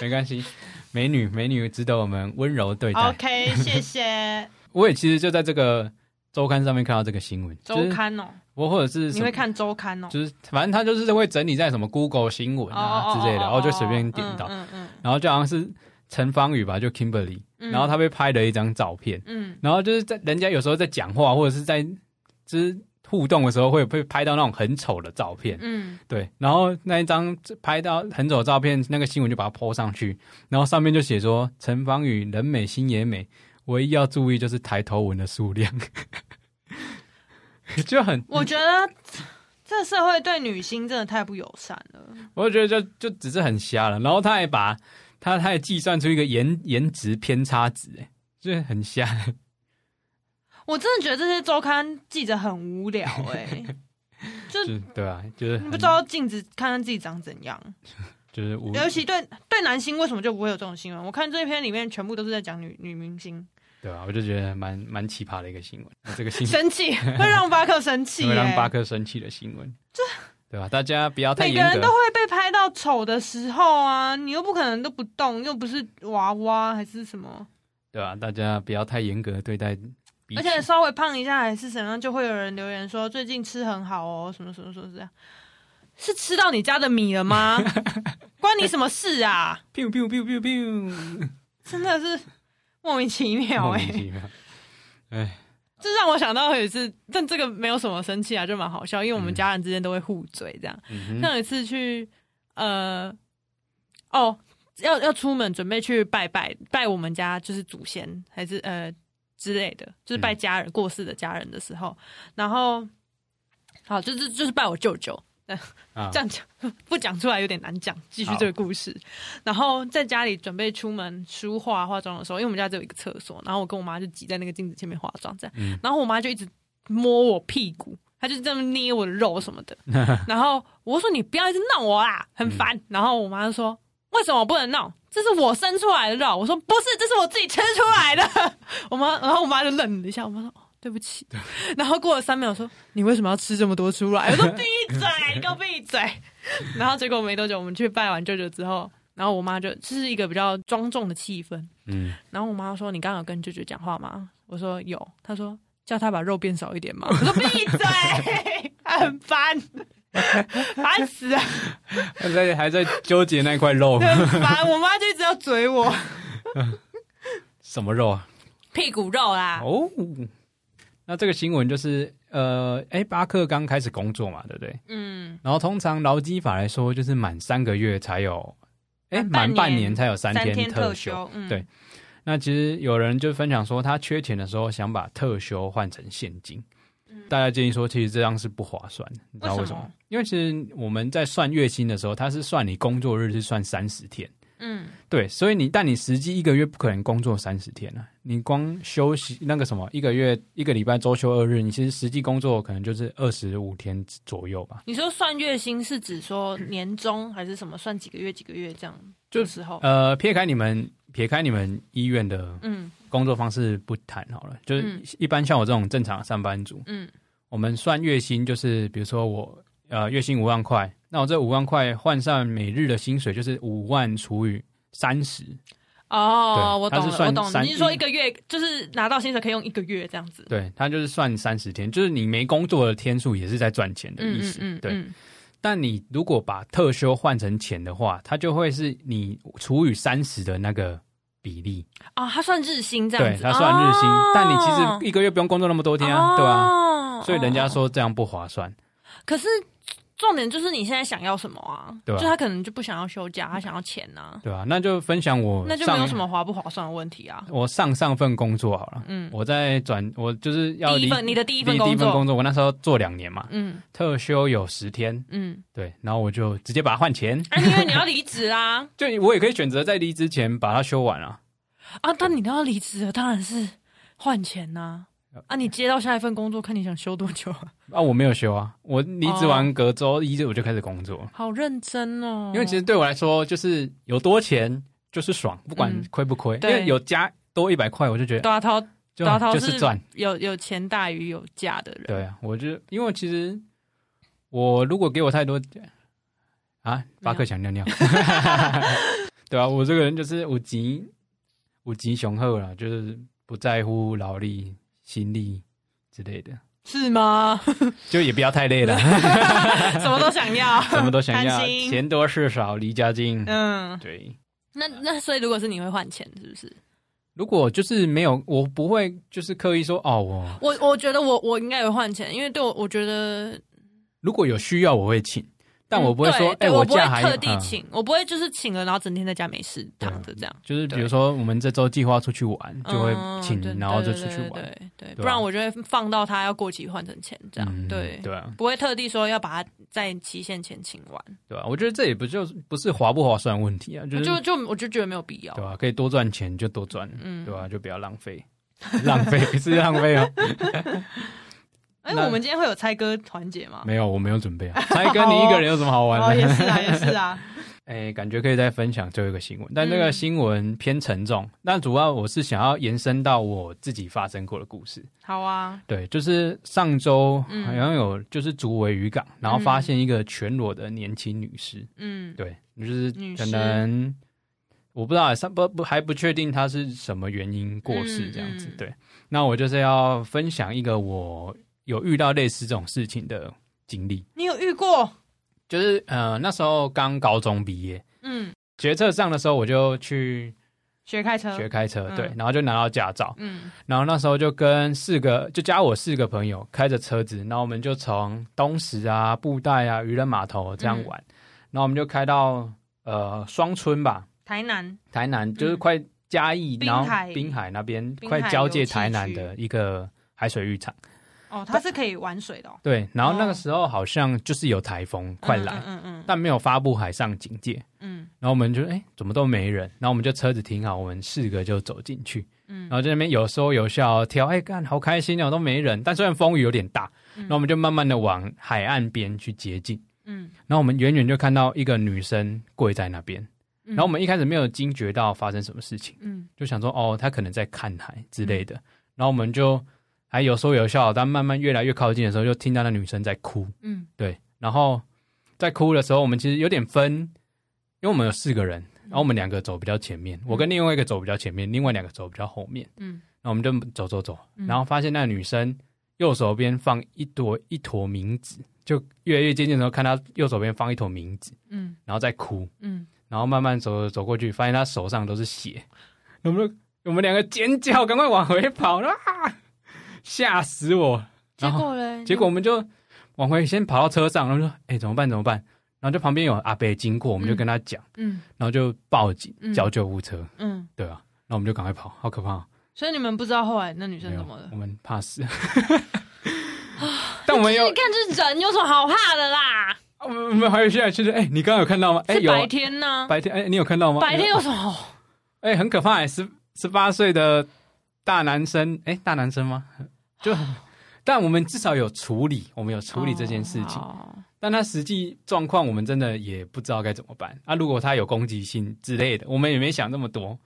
Speaker 2: 没关系，美女美女值得我们温柔对待。
Speaker 3: OK，谢谢。
Speaker 2: 我也其实就在这个周刊上面看到这个新闻，
Speaker 3: 周
Speaker 2: 就是
Speaker 3: 刊哦，
Speaker 2: 我或者是什
Speaker 3: 你
Speaker 2: 么
Speaker 3: 会看周刊哦？
Speaker 2: 就是反正他就是会整理在什么 Google 新闻啊
Speaker 3: 哦
Speaker 2: 之类的，然后就随便点到，
Speaker 3: 嗯嗯
Speaker 2: 然后就好像是陈芳宇吧，就 Kimberly，
Speaker 3: 嗯
Speaker 2: 然后他被拍了一张照片，
Speaker 3: 嗯，
Speaker 2: 然后就是在人家有时候在讲话或者是在就是互动的时候会会拍到那种很丑的照片，
Speaker 3: 嗯
Speaker 2: 对，然后那一张拍到很丑的照片，那个新闻就把它 PO 上去，然后上面就写说陈芳宇人美心也美，唯一要注意就是抬头纹的数量， <laughs> 就很
Speaker 3: 我觉得这社会对女星真的太不友善了。
Speaker 2: 我觉得就就只是很瞎了。然后他还把他他还计算出一个颜颜值偏差值，哎，就是很瞎。
Speaker 3: 我真的觉得这些周刊记者很无聊哎、
Speaker 2: <laughs>
Speaker 3: 就
Speaker 2: 就是对啊，就是
Speaker 3: 你
Speaker 2: 很
Speaker 3: 不知道镜子看看自己长怎样。
Speaker 2: 就是无
Speaker 3: 尤其对对男星，为什么就不会有这种新闻？我看这一篇里面全部都是在讲女女明星，
Speaker 2: 对啊，我就觉得蛮蛮奇葩的一个
Speaker 3: <laughs>
Speaker 2: 新闻，这个新闻
Speaker 3: 生气会让巴克生气、
Speaker 2: 嗯 <laughs> 会
Speaker 3: 欸，
Speaker 2: 让巴克生气的新闻，对吧、大家不要太
Speaker 3: 每个
Speaker 2: 严
Speaker 3: 人
Speaker 2: 格
Speaker 3: 都。会被拍到丑的时候啊，你又不可能都不动，又不是娃娃还是什么，
Speaker 2: 对吧、大家不要太严格对待彼
Speaker 3: 而
Speaker 2: 此。
Speaker 3: 且稍微胖一下还是怎样，就会有人留言说最近吃很好哦，什么什么什么这样。是吃到你家的米了吗？关你什么
Speaker 2: <laughs>
Speaker 3: 事啊？
Speaker 2: biu biu biu biu biu，
Speaker 3: 真的是莫名其妙
Speaker 2: 莫
Speaker 3: 哎、
Speaker 2: 名其妙。哎，
Speaker 3: 这让我想到有一次，但这个没有什么生气啊，就蛮好笑，因为我们家人之间都会互嘴这样。
Speaker 2: 嗯哼
Speaker 3: 像有一次去呃，哦，要要出门准备去拜拜，拜我们家就是祖先还是呃之类的，就是拜家人、过世的家人的时候，然后好就是就是拜我舅舅。
Speaker 2: 啊
Speaker 3: 这样讲 <laughs> 不讲出来有点难讲。继续这个故事，然后在家里准备出门梳化化妆的时候，因为我们家只有一个厕所，然后我跟我妈就挤在那个镜子前面化妆，这样，
Speaker 2: 嗯
Speaker 3: 然后我妈就一直摸我屁股，她就这么捏我的肉什么的，然后我说你不要一直弄我啦，很烦。然后我妈就说为什么我不能弄？这是我生出来的肉。我说不是，这是我自己吃出来的。 <laughs> 我妈，然后我妈就愣了一下，我妈说。哦对不起，然后过了三秒，我说你为什么要吃这么多出来？我说闭嘴，你给我闭嘴。 <laughs> 然后结果没多久，我们去拜完舅舅之后，然后我妈就这是一个比较庄重的气氛。
Speaker 2: 嗯，
Speaker 3: 然后我妈说：“你刚刚有跟舅舅讲话吗？”我说：“有。”她说：“叫他把肉变少一点嘛。”我说：“闭嘴，很烦，烦死了，
Speaker 2: 还在还在纠结那块肉，
Speaker 3: 很烦。”我妈就一直要嘴我
Speaker 2: 什么肉啊？
Speaker 3: 屁股肉啦。
Speaker 2: 哦，那这个新闻就是呃，哎，巴克刚开始工作嘛，对不对？
Speaker 3: 嗯，
Speaker 2: 然后通常劳基法来说，就是满三个月才有，哎，
Speaker 3: 啊满半
Speaker 2: 满半
Speaker 3: 年
Speaker 2: 年才有三
Speaker 3: 三天
Speaker 2: 特
Speaker 3: 休，嗯，
Speaker 2: 对那其实有人就分享说，他缺钱的时候想把特休换成现金。大家建议说，其实这样是不划算的，你知道为什么？
Speaker 3: 嗯为什么
Speaker 2: 因为其实我们在算月薪的时候，它是算你工作日是算三十天，
Speaker 3: 嗯，
Speaker 2: 对，所以你但你实际一个月不可能工作三十天啊，你光休息那个什么一个月一个礼拜周休二日，你其实实际工作可能就是二十五天左右吧。
Speaker 3: 你说算月薪是指说年终还是什么？算几个月几个月这样？
Speaker 2: 就
Speaker 3: 的时候，
Speaker 2: 呃，撇开你们撇开你们医院的
Speaker 3: 嗯
Speaker 2: 工作方式不谈好了，就是
Speaker 3: 嗯
Speaker 2: 一般像我这种正常的上班族，
Speaker 3: 嗯
Speaker 2: 我们算月薪，就是比如说我呃月薪五万块，那我这五万块换算每日的薪水就是五万除以三十，
Speaker 3: 嗯哦，
Speaker 2: 对
Speaker 3: 我
Speaker 2: 它
Speaker 3: 懂
Speaker 2: 是
Speaker 3: 了，
Speaker 2: 算
Speaker 3: 我懂了。
Speaker 2: 三
Speaker 3: 你是说一个月就是拿到薪水可以用一个月这样子？
Speaker 2: 对，它就是算三十天，就是你没工作的天数也是在赚钱的
Speaker 3: 嗯
Speaker 2: 意
Speaker 3: 嗯
Speaker 2: 思。
Speaker 3: 嗯，
Speaker 2: 对，
Speaker 3: 嗯
Speaker 2: 但你如果把特休换成钱的话，它就会是你除以三十的那个比例，
Speaker 3: 哦，他算日薪这样
Speaker 2: 对，
Speaker 3: 子，
Speaker 2: 它算日薪，
Speaker 3: 哦
Speaker 2: 但你其实一个月不用工作那么多天啊，对啊，
Speaker 3: 哦
Speaker 2: 所以人家，说这样不划算。
Speaker 3: 可是重点就是你现在想要什么啊？
Speaker 2: 对啊
Speaker 3: 就他可能就不想要休假，他想要钱呐、
Speaker 2: 对啊，那就分享我
Speaker 3: 那就没
Speaker 2: 上
Speaker 3: 有什么划不划算的问题啊。
Speaker 2: 我上上份工作好了，
Speaker 3: 嗯
Speaker 2: 我在转，我就是要
Speaker 3: 第一
Speaker 2: 离
Speaker 3: 份你的第一份
Speaker 2: 离
Speaker 3: 工
Speaker 2: 第一份
Speaker 3: 作，
Speaker 2: 工作，我那时候做两年嘛，
Speaker 3: 嗯
Speaker 2: 特休有十天，
Speaker 3: 嗯，
Speaker 2: 对，然后我就直接把它换钱，
Speaker 3: 啊，因为你要离职啊
Speaker 2: <laughs>
Speaker 3: 啦，
Speaker 2: 就我也可以选择在离职前把它休完啊。
Speaker 3: 啊，但你都要离职了，当然是换钱呐、啊。你接到下一份工作，看你想休多久啊？
Speaker 2: 啊，我没有休啊，我离职完隔
Speaker 3: 哦
Speaker 2: 周一我就开始工作，
Speaker 3: 好认真哦，
Speaker 2: 因为其实对我来说就是有多钱就是爽，不管
Speaker 3: 嗯
Speaker 2: 亏不亏，因
Speaker 3: 对
Speaker 2: 为有加多一百块我就觉得
Speaker 3: <laughs> 大涛
Speaker 2: 就
Speaker 3: 大涛
Speaker 2: 就是赚。
Speaker 3: 有有钱大于有价的人，
Speaker 2: 对啊，我就因为其实我如果给我太多啊，巴克想尿 <laughs> 尿，对啊，我这个人就是五级五级雄厚啦，就是不在乎劳力、心力之类的，
Speaker 3: 是吗？ <laughs>
Speaker 2: 就也不要太累了，
Speaker 3: 什么都想要，
Speaker 2: <laughs> 什么都想要
Speaker 3: 贪，心
Speaker 2: 钱多事少，离家近。
Speaker 3: 嗯，
Speaker 2: 对，
Speaker 3: 那那所以如果是你会换钱，是不是？
Speaker 2: 如果就是没有，我不会就是刻意说哦，我
Speaker 3: 我我觉得我我应该也会换钱，因为对我我觉得，
Speaker 2: 如果有需要我会请，但我不会
Speaker 3: 嗯对
Speaker 2: 说哎、
Speaker 3: 对我不
Speaker 2: 假
Speaker 3: 会
Speaker 2: 还
Speaker 3: 特
Speaker 2: 有嗯
Speaker 3: 地请，我不会就是请了然后整天在家没事躺着这样，
Speaker 2: 就是比如
Speaker 3: 对
Speaker 2: 说，我们这周计划出去玩，啊就会
Speaker 3: 嗯
Speaker 2: 请，
Speaker 3: 对
Speaker 2: 然后就
Speaker 3: 对
Speaker 2: 出去
Speaker 3: 对
Speaker 2: 玩，
Speaker 3: 对对，
Speaker 2: 对
Speaker 3: 不
Speaker 2: 吧
Speaker 3: 然我就会放到他要过期换成钱这样，
Speaker 2: 嗯
Speaker 3: 对，
Speaker 2: 对啊，
Speaker 3: 不会特地说要把它在期限前请完，
Speaker 2: 对啊。我觉得这也不就是不是划不划算的问题啊，就是
Speaker 3: 我就就我就觉得没有必要
Speaker 2: 对，吧、啊可以多赚钱就多赚，
Speaker 3: 嗯
Speaker 2: 对吧、啊就不要浪费， <laughs> 浪费是浪费哦。 <laughs>
Speaker 3: 哎，
Speaker 2: 那
Speaker 3: 我们今天会有猜歌环节吗？
Speaker 2: 没有，我没有准备
Speaker 3: <laughs>
Speaker 2: 啊。才跟你一个人有什么好
Speaker 3: 哦，
Speaker 2: 玩
Speaker 3: 也
Speaker 2: 的？
Speaker 3: 是啊，也是啊，
Speaker 2: 哎、感觉可以再分享最后一个新闻，但这个
Speaker 3: 嗯
Speaker 2: 新闻偏沉重，但主要我是想要延伸到我自己发生过的故事。
Speaker 3: 好啊，
Speaker 2: 对，就是上周
Speaker 3: 嗯
Speaker 2: 好像有就是竹围渔港，然后发现一个全裸的年轻女尸。
Speaker 3: 嗯，
Speaker 2: 对，就是
Speaker 3: 女
Speaker 2: 可
Speaker 3: 尸
Speaker 2: 能我不知道，上不不还不确定他是什么原因过世这样子。
Speaker 3: 嗯嗯
Speaker 2: 对，那我就是要分享一个我有遇到类似这种事情的经历，
Speaker 3: 你有遇过？
Speaker 2: 就是呃那时候刚高中毕业，
Speaker 3: 嗯，
Speaker 2: 学测上的时候我就去
Speaker 3: 学开车，
Speaker 2: 学开车，
Speaker 3: 嗯
Speaker 2: 对，然后就拿到驾照，
Speaker 3: 嗯
Speaker 2: 然后那时候就跟四个就加我四个朋友开着车子，然后我们就从东石啊、布袋啊、渔人码头这
Speaker 3: 嗯
Speaker 2: 样玩，然后我们就开到呃双村吧，
Speaker 3: 台南，
Speaker 2: 台南就是快嘉义，
Speaker 3: 嗯滨
Speaker 2: 然
Speaker 3: 海
Speaker 2: 后滨海那边
Speaker 3: 滨海
Speaker 2: 快交界
Speaker 3: 游憩
Speaker 2: 台南
Speaker 3: 区
Speaker 2: 的一个海水浴场。
Speaker 3: 哦，它是可以玩水的哦，
Speaker 2: 对，然后那
Speaker 3: 哦
Speaker 2: 个时候好像就是有台风快来，
Speaker 3: 嗯嗯嗯
Speaker 2: 但没有发布海上警戒，
Speaker 3: 嗯
Speaker 2: 然后我们就哎怎么都没人，然后我们就车子停好，我们四个就走进去，
Speaker 3: 嗯
Speaker 2: 然后在那边有说有笑跳，哎干好开心哦，都没人，但虽然风雨有点大，
Speaker 3: 嗯
Speaker 2: 然后我们就慢慢的往海岸边去接近，
Speaker 3: 嗯
Speaker 2: 然后我们远远就看到一个女生跪在那边，
Speaker 3: 嗯，
Speaker 2: 然后我们一开始没有惊觉到发生什么事情。
Speaker 3: 嗯
Speaker 2: 就想说哦，他可能在看海之类的。然后我们就还有说有笑，但慢慢越来越靠近的时候，就听到那女生在哭。
Speaker 3: 嗯
Speaker 2: 对，然后在哭的时候，我们其实有点分，因为我们有四个人，然后我们两个走比较前面，我跟另外一个走比较前面，另外两个走比较后面。
Speaker 3: 嗯
Speaker 2: 然后我们就走走走，
Speaker 3: 嗯
Speaker 2: 然后发现那女生右手边放一朵一坨冥纸，就越来越接近的时候，看她右手边放一坨冥纸，
Speaker 3: 嗯
Speaker 2: 然后在哭。
Speaker 3: 嗯，
Speaker 2: 然后慢慢走走过去，发现他手上都是血，我们就我们两个尖叫，赶快往回跑啊！吓死我！
Speaker 3: 结
Speaker 2: 然后
Speaker 3: 果嘞，
Speaker 2: 结果我们就往回先跑到车上，然后说：“哎、怎么办？怎么办？”然后就旁边有阿伯经过，我们就跟他讲，
Speaker 3: 嗯
Speaker 2: 然后就报警
Speaker 3: 嗯
Speaker 2: 叫救护车，
Speaker 3: 嗯，
Speaker 2: 对啊，然后我们就赶快跑，好可怕哦！
Speaker 3: 所以你们不知道后来那女生
Speaker 2: 没有
Speaker 3: 怎么了
Speaker 2: 我。们怕
Speaker 3: <laughs>
Speaker 2: 死，但我们有
Speaker 3: 你，看这人有什么好怕的啦？
Speaker 2: 我们我们还有现在就是，哎、你刚刚有看到吗？哎、
Speaker 3: 是
Speaker 2: 有啊
Speaker 3: 白天呢、
Speaker 2: 白天，哎、你有看到吗？
Speaker 3: 白天
Speaker 2: 有
Speaker 3: 有什么好？
Speaker 2: 哎、很可怕、欸，十十八岁的大男生，哎、大男生吗？ <laughs> 就很，但我们至少有处理，我们有处理这件事情。
Speaker 3: 哦
Speaker 2: 但他实际状况，我们真的也不知道该怎么办。啊，如果他有攻击性之类的，我们也没想那么多，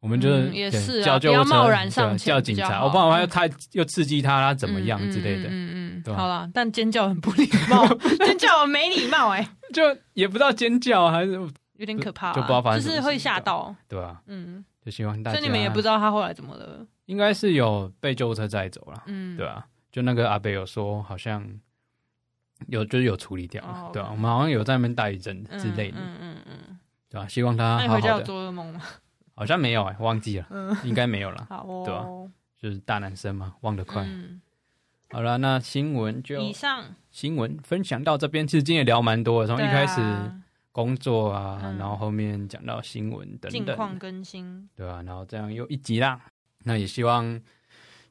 Speaker 2: 我们就、
Speaker 3: 嗯也
Speaker 2: 对
Speaker 3: 是啊
Speaker 2: 叫救
Speaker 3: 不要
Speaker 2: 护车
Speaker 3: 贸然上
Speaker 2: 对
Speaker 3: 前
Speaker 2: 叫
Speaker 3: 比
Speaker 2: 警
Speaker 3: 较
Speaker 2: 察，哦
Speaker 3: 好
Speaker 2: 我不然的话又太又刺激他，他怎么样
Speaker 3: 嗯
Speaker 2: 之类的，
Speaker 3: 嗯嗯嗯
Speaker 2: 对吧
Speaker 3: 好啦，但尖叫很不礼
Speaker 2: <laughs>
Speaker 3: 貌，尖叫很没礼貌、哎，
Speaker 2: 就也不知道尖叫还是
Speaker 3: 有点可怕啊、
Speaker 2: 就不知道发生
Speaker 3: 就
Speaker 2: 什么
Speaker 3: 是
Speaker 2: 事
Speaker 3: 会吓到，
Speaker 2: 对吧、
Speaker 3: 嗯，
Speaker 2: 就希望大家，
Speaker 3: 所以你们也不知
Speaker 2: 道，
Speaker 3: 道他后来怎么了，
Speaker 2: 应该是有被救护车载走了。
Speaker 3: 嗯，
Speaker 2: 对，啊，就那个阿北有说，好像有就是有处理掉了，
Speaker 3: 哦
Speaker 2: 对啊，
Speaker 3: OK
Speaker 2: 我们好像有在那边待一阵子之类的，
Speaker 3: 嗯嗯嗯。
Speaker 2: 对啊，希望他
Speaker 3: 那你
Speaker 2: 好
Speaker 3: 回家
Speaker 2: 好
Speaker 3: 有
Speaker 2: 的，
Speaker 3: 做噩梦吗？
Speaker 2: 好像没有哎、忘记了，
Speaker 3: 嗯，
Speaker 2: 应该没有啦，
Speaker 3: 好哦，
Speaker 2: 对啊就是大男生嘛，忘得啊快。
Speaker 3: 嗯，
Speaker 2: 好了，那新闻就
Speaker 3: 以上
Speaker 2: 新闻分享到这边，其实今天也聊蛮多的，从一
Speaker 3: 对啊
Speaker 2: 开始工作啊，
Speaker 3: 嗯
Speaker 2: 然后后面讲到新闻等
Speaker 3: 近况
Speaker 2: 等，
Speaker 3: 更新，
Speaker 2: 对啊，然后这样又一集啦，那也希望。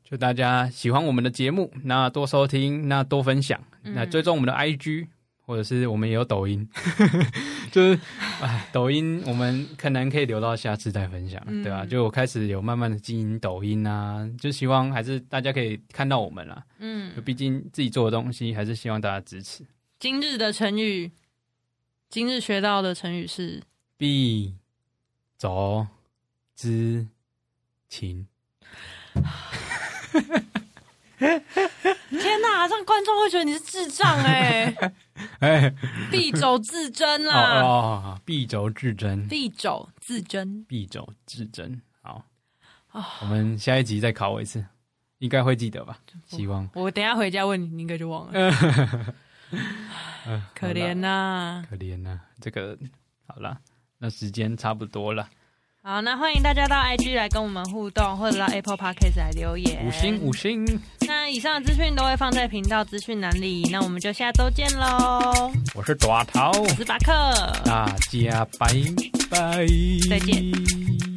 Speaker 2: 就大家喜欢我们的节目，那多收听，那多分享，
Speaker 3: 嗯
Speaker 2: 那追踪我们的 IG，或者是我们也有抖音， <laughs> 就是哎，抖音我们可能可以留到下次再分享，
Speaker 3: 嗯
Speaker 2: 对吧、啊就我开始有慢慢的经营抖音啊，就希望还是大家可以看到我们啦，就
Speaker 3: 嗯，
Speaker 2: 毕竟自己做的东西，还是希望大家支持。
Speaker 3: 今日的成语，今日学到的成语是
Speaker 2: 必走之情，
Speaker 3: 天呐，这样观众会觉得你是智障哎、
Speaker 2: <laughs> 哎，
Speaker 3: 敝帚自珍
Speaker 2: 哦
Speaker 3: 啦，
Speaker 2: 哦，好必走至真，
Speaker 3: 敝帚自珍。
Speaker 2: 必走至真。好
Speaker 3: 啊，
Speaker 2: 我们下一集再考我一次，应该会记得吧？希望。
Speaker 3: 我等一下回家问你，你应该就忘
Speaker 2: <laughs>
Speaker 3: 了，
Speaker 2: 哎嗯
Speaker 3: 可怜呐、
Speaker 2: 可怜呐、啊这个好啦，那时间差不多了，
Speaker 3: 好，那欢迎大家到 IG 来跟我们互动，或者到 Apple Podcast 来留言。
Speaker 2: 五星五。星，
Speaker 3: 那以上的资讯都会放在频道资讯栏里，那我们就下周见喽。
Speaker 2: 我是爪桃，
Speaker 3: 我是巴克，
Speaker 2: 大家拜拜，
Speaker 3: 再
Speaker 2: 见。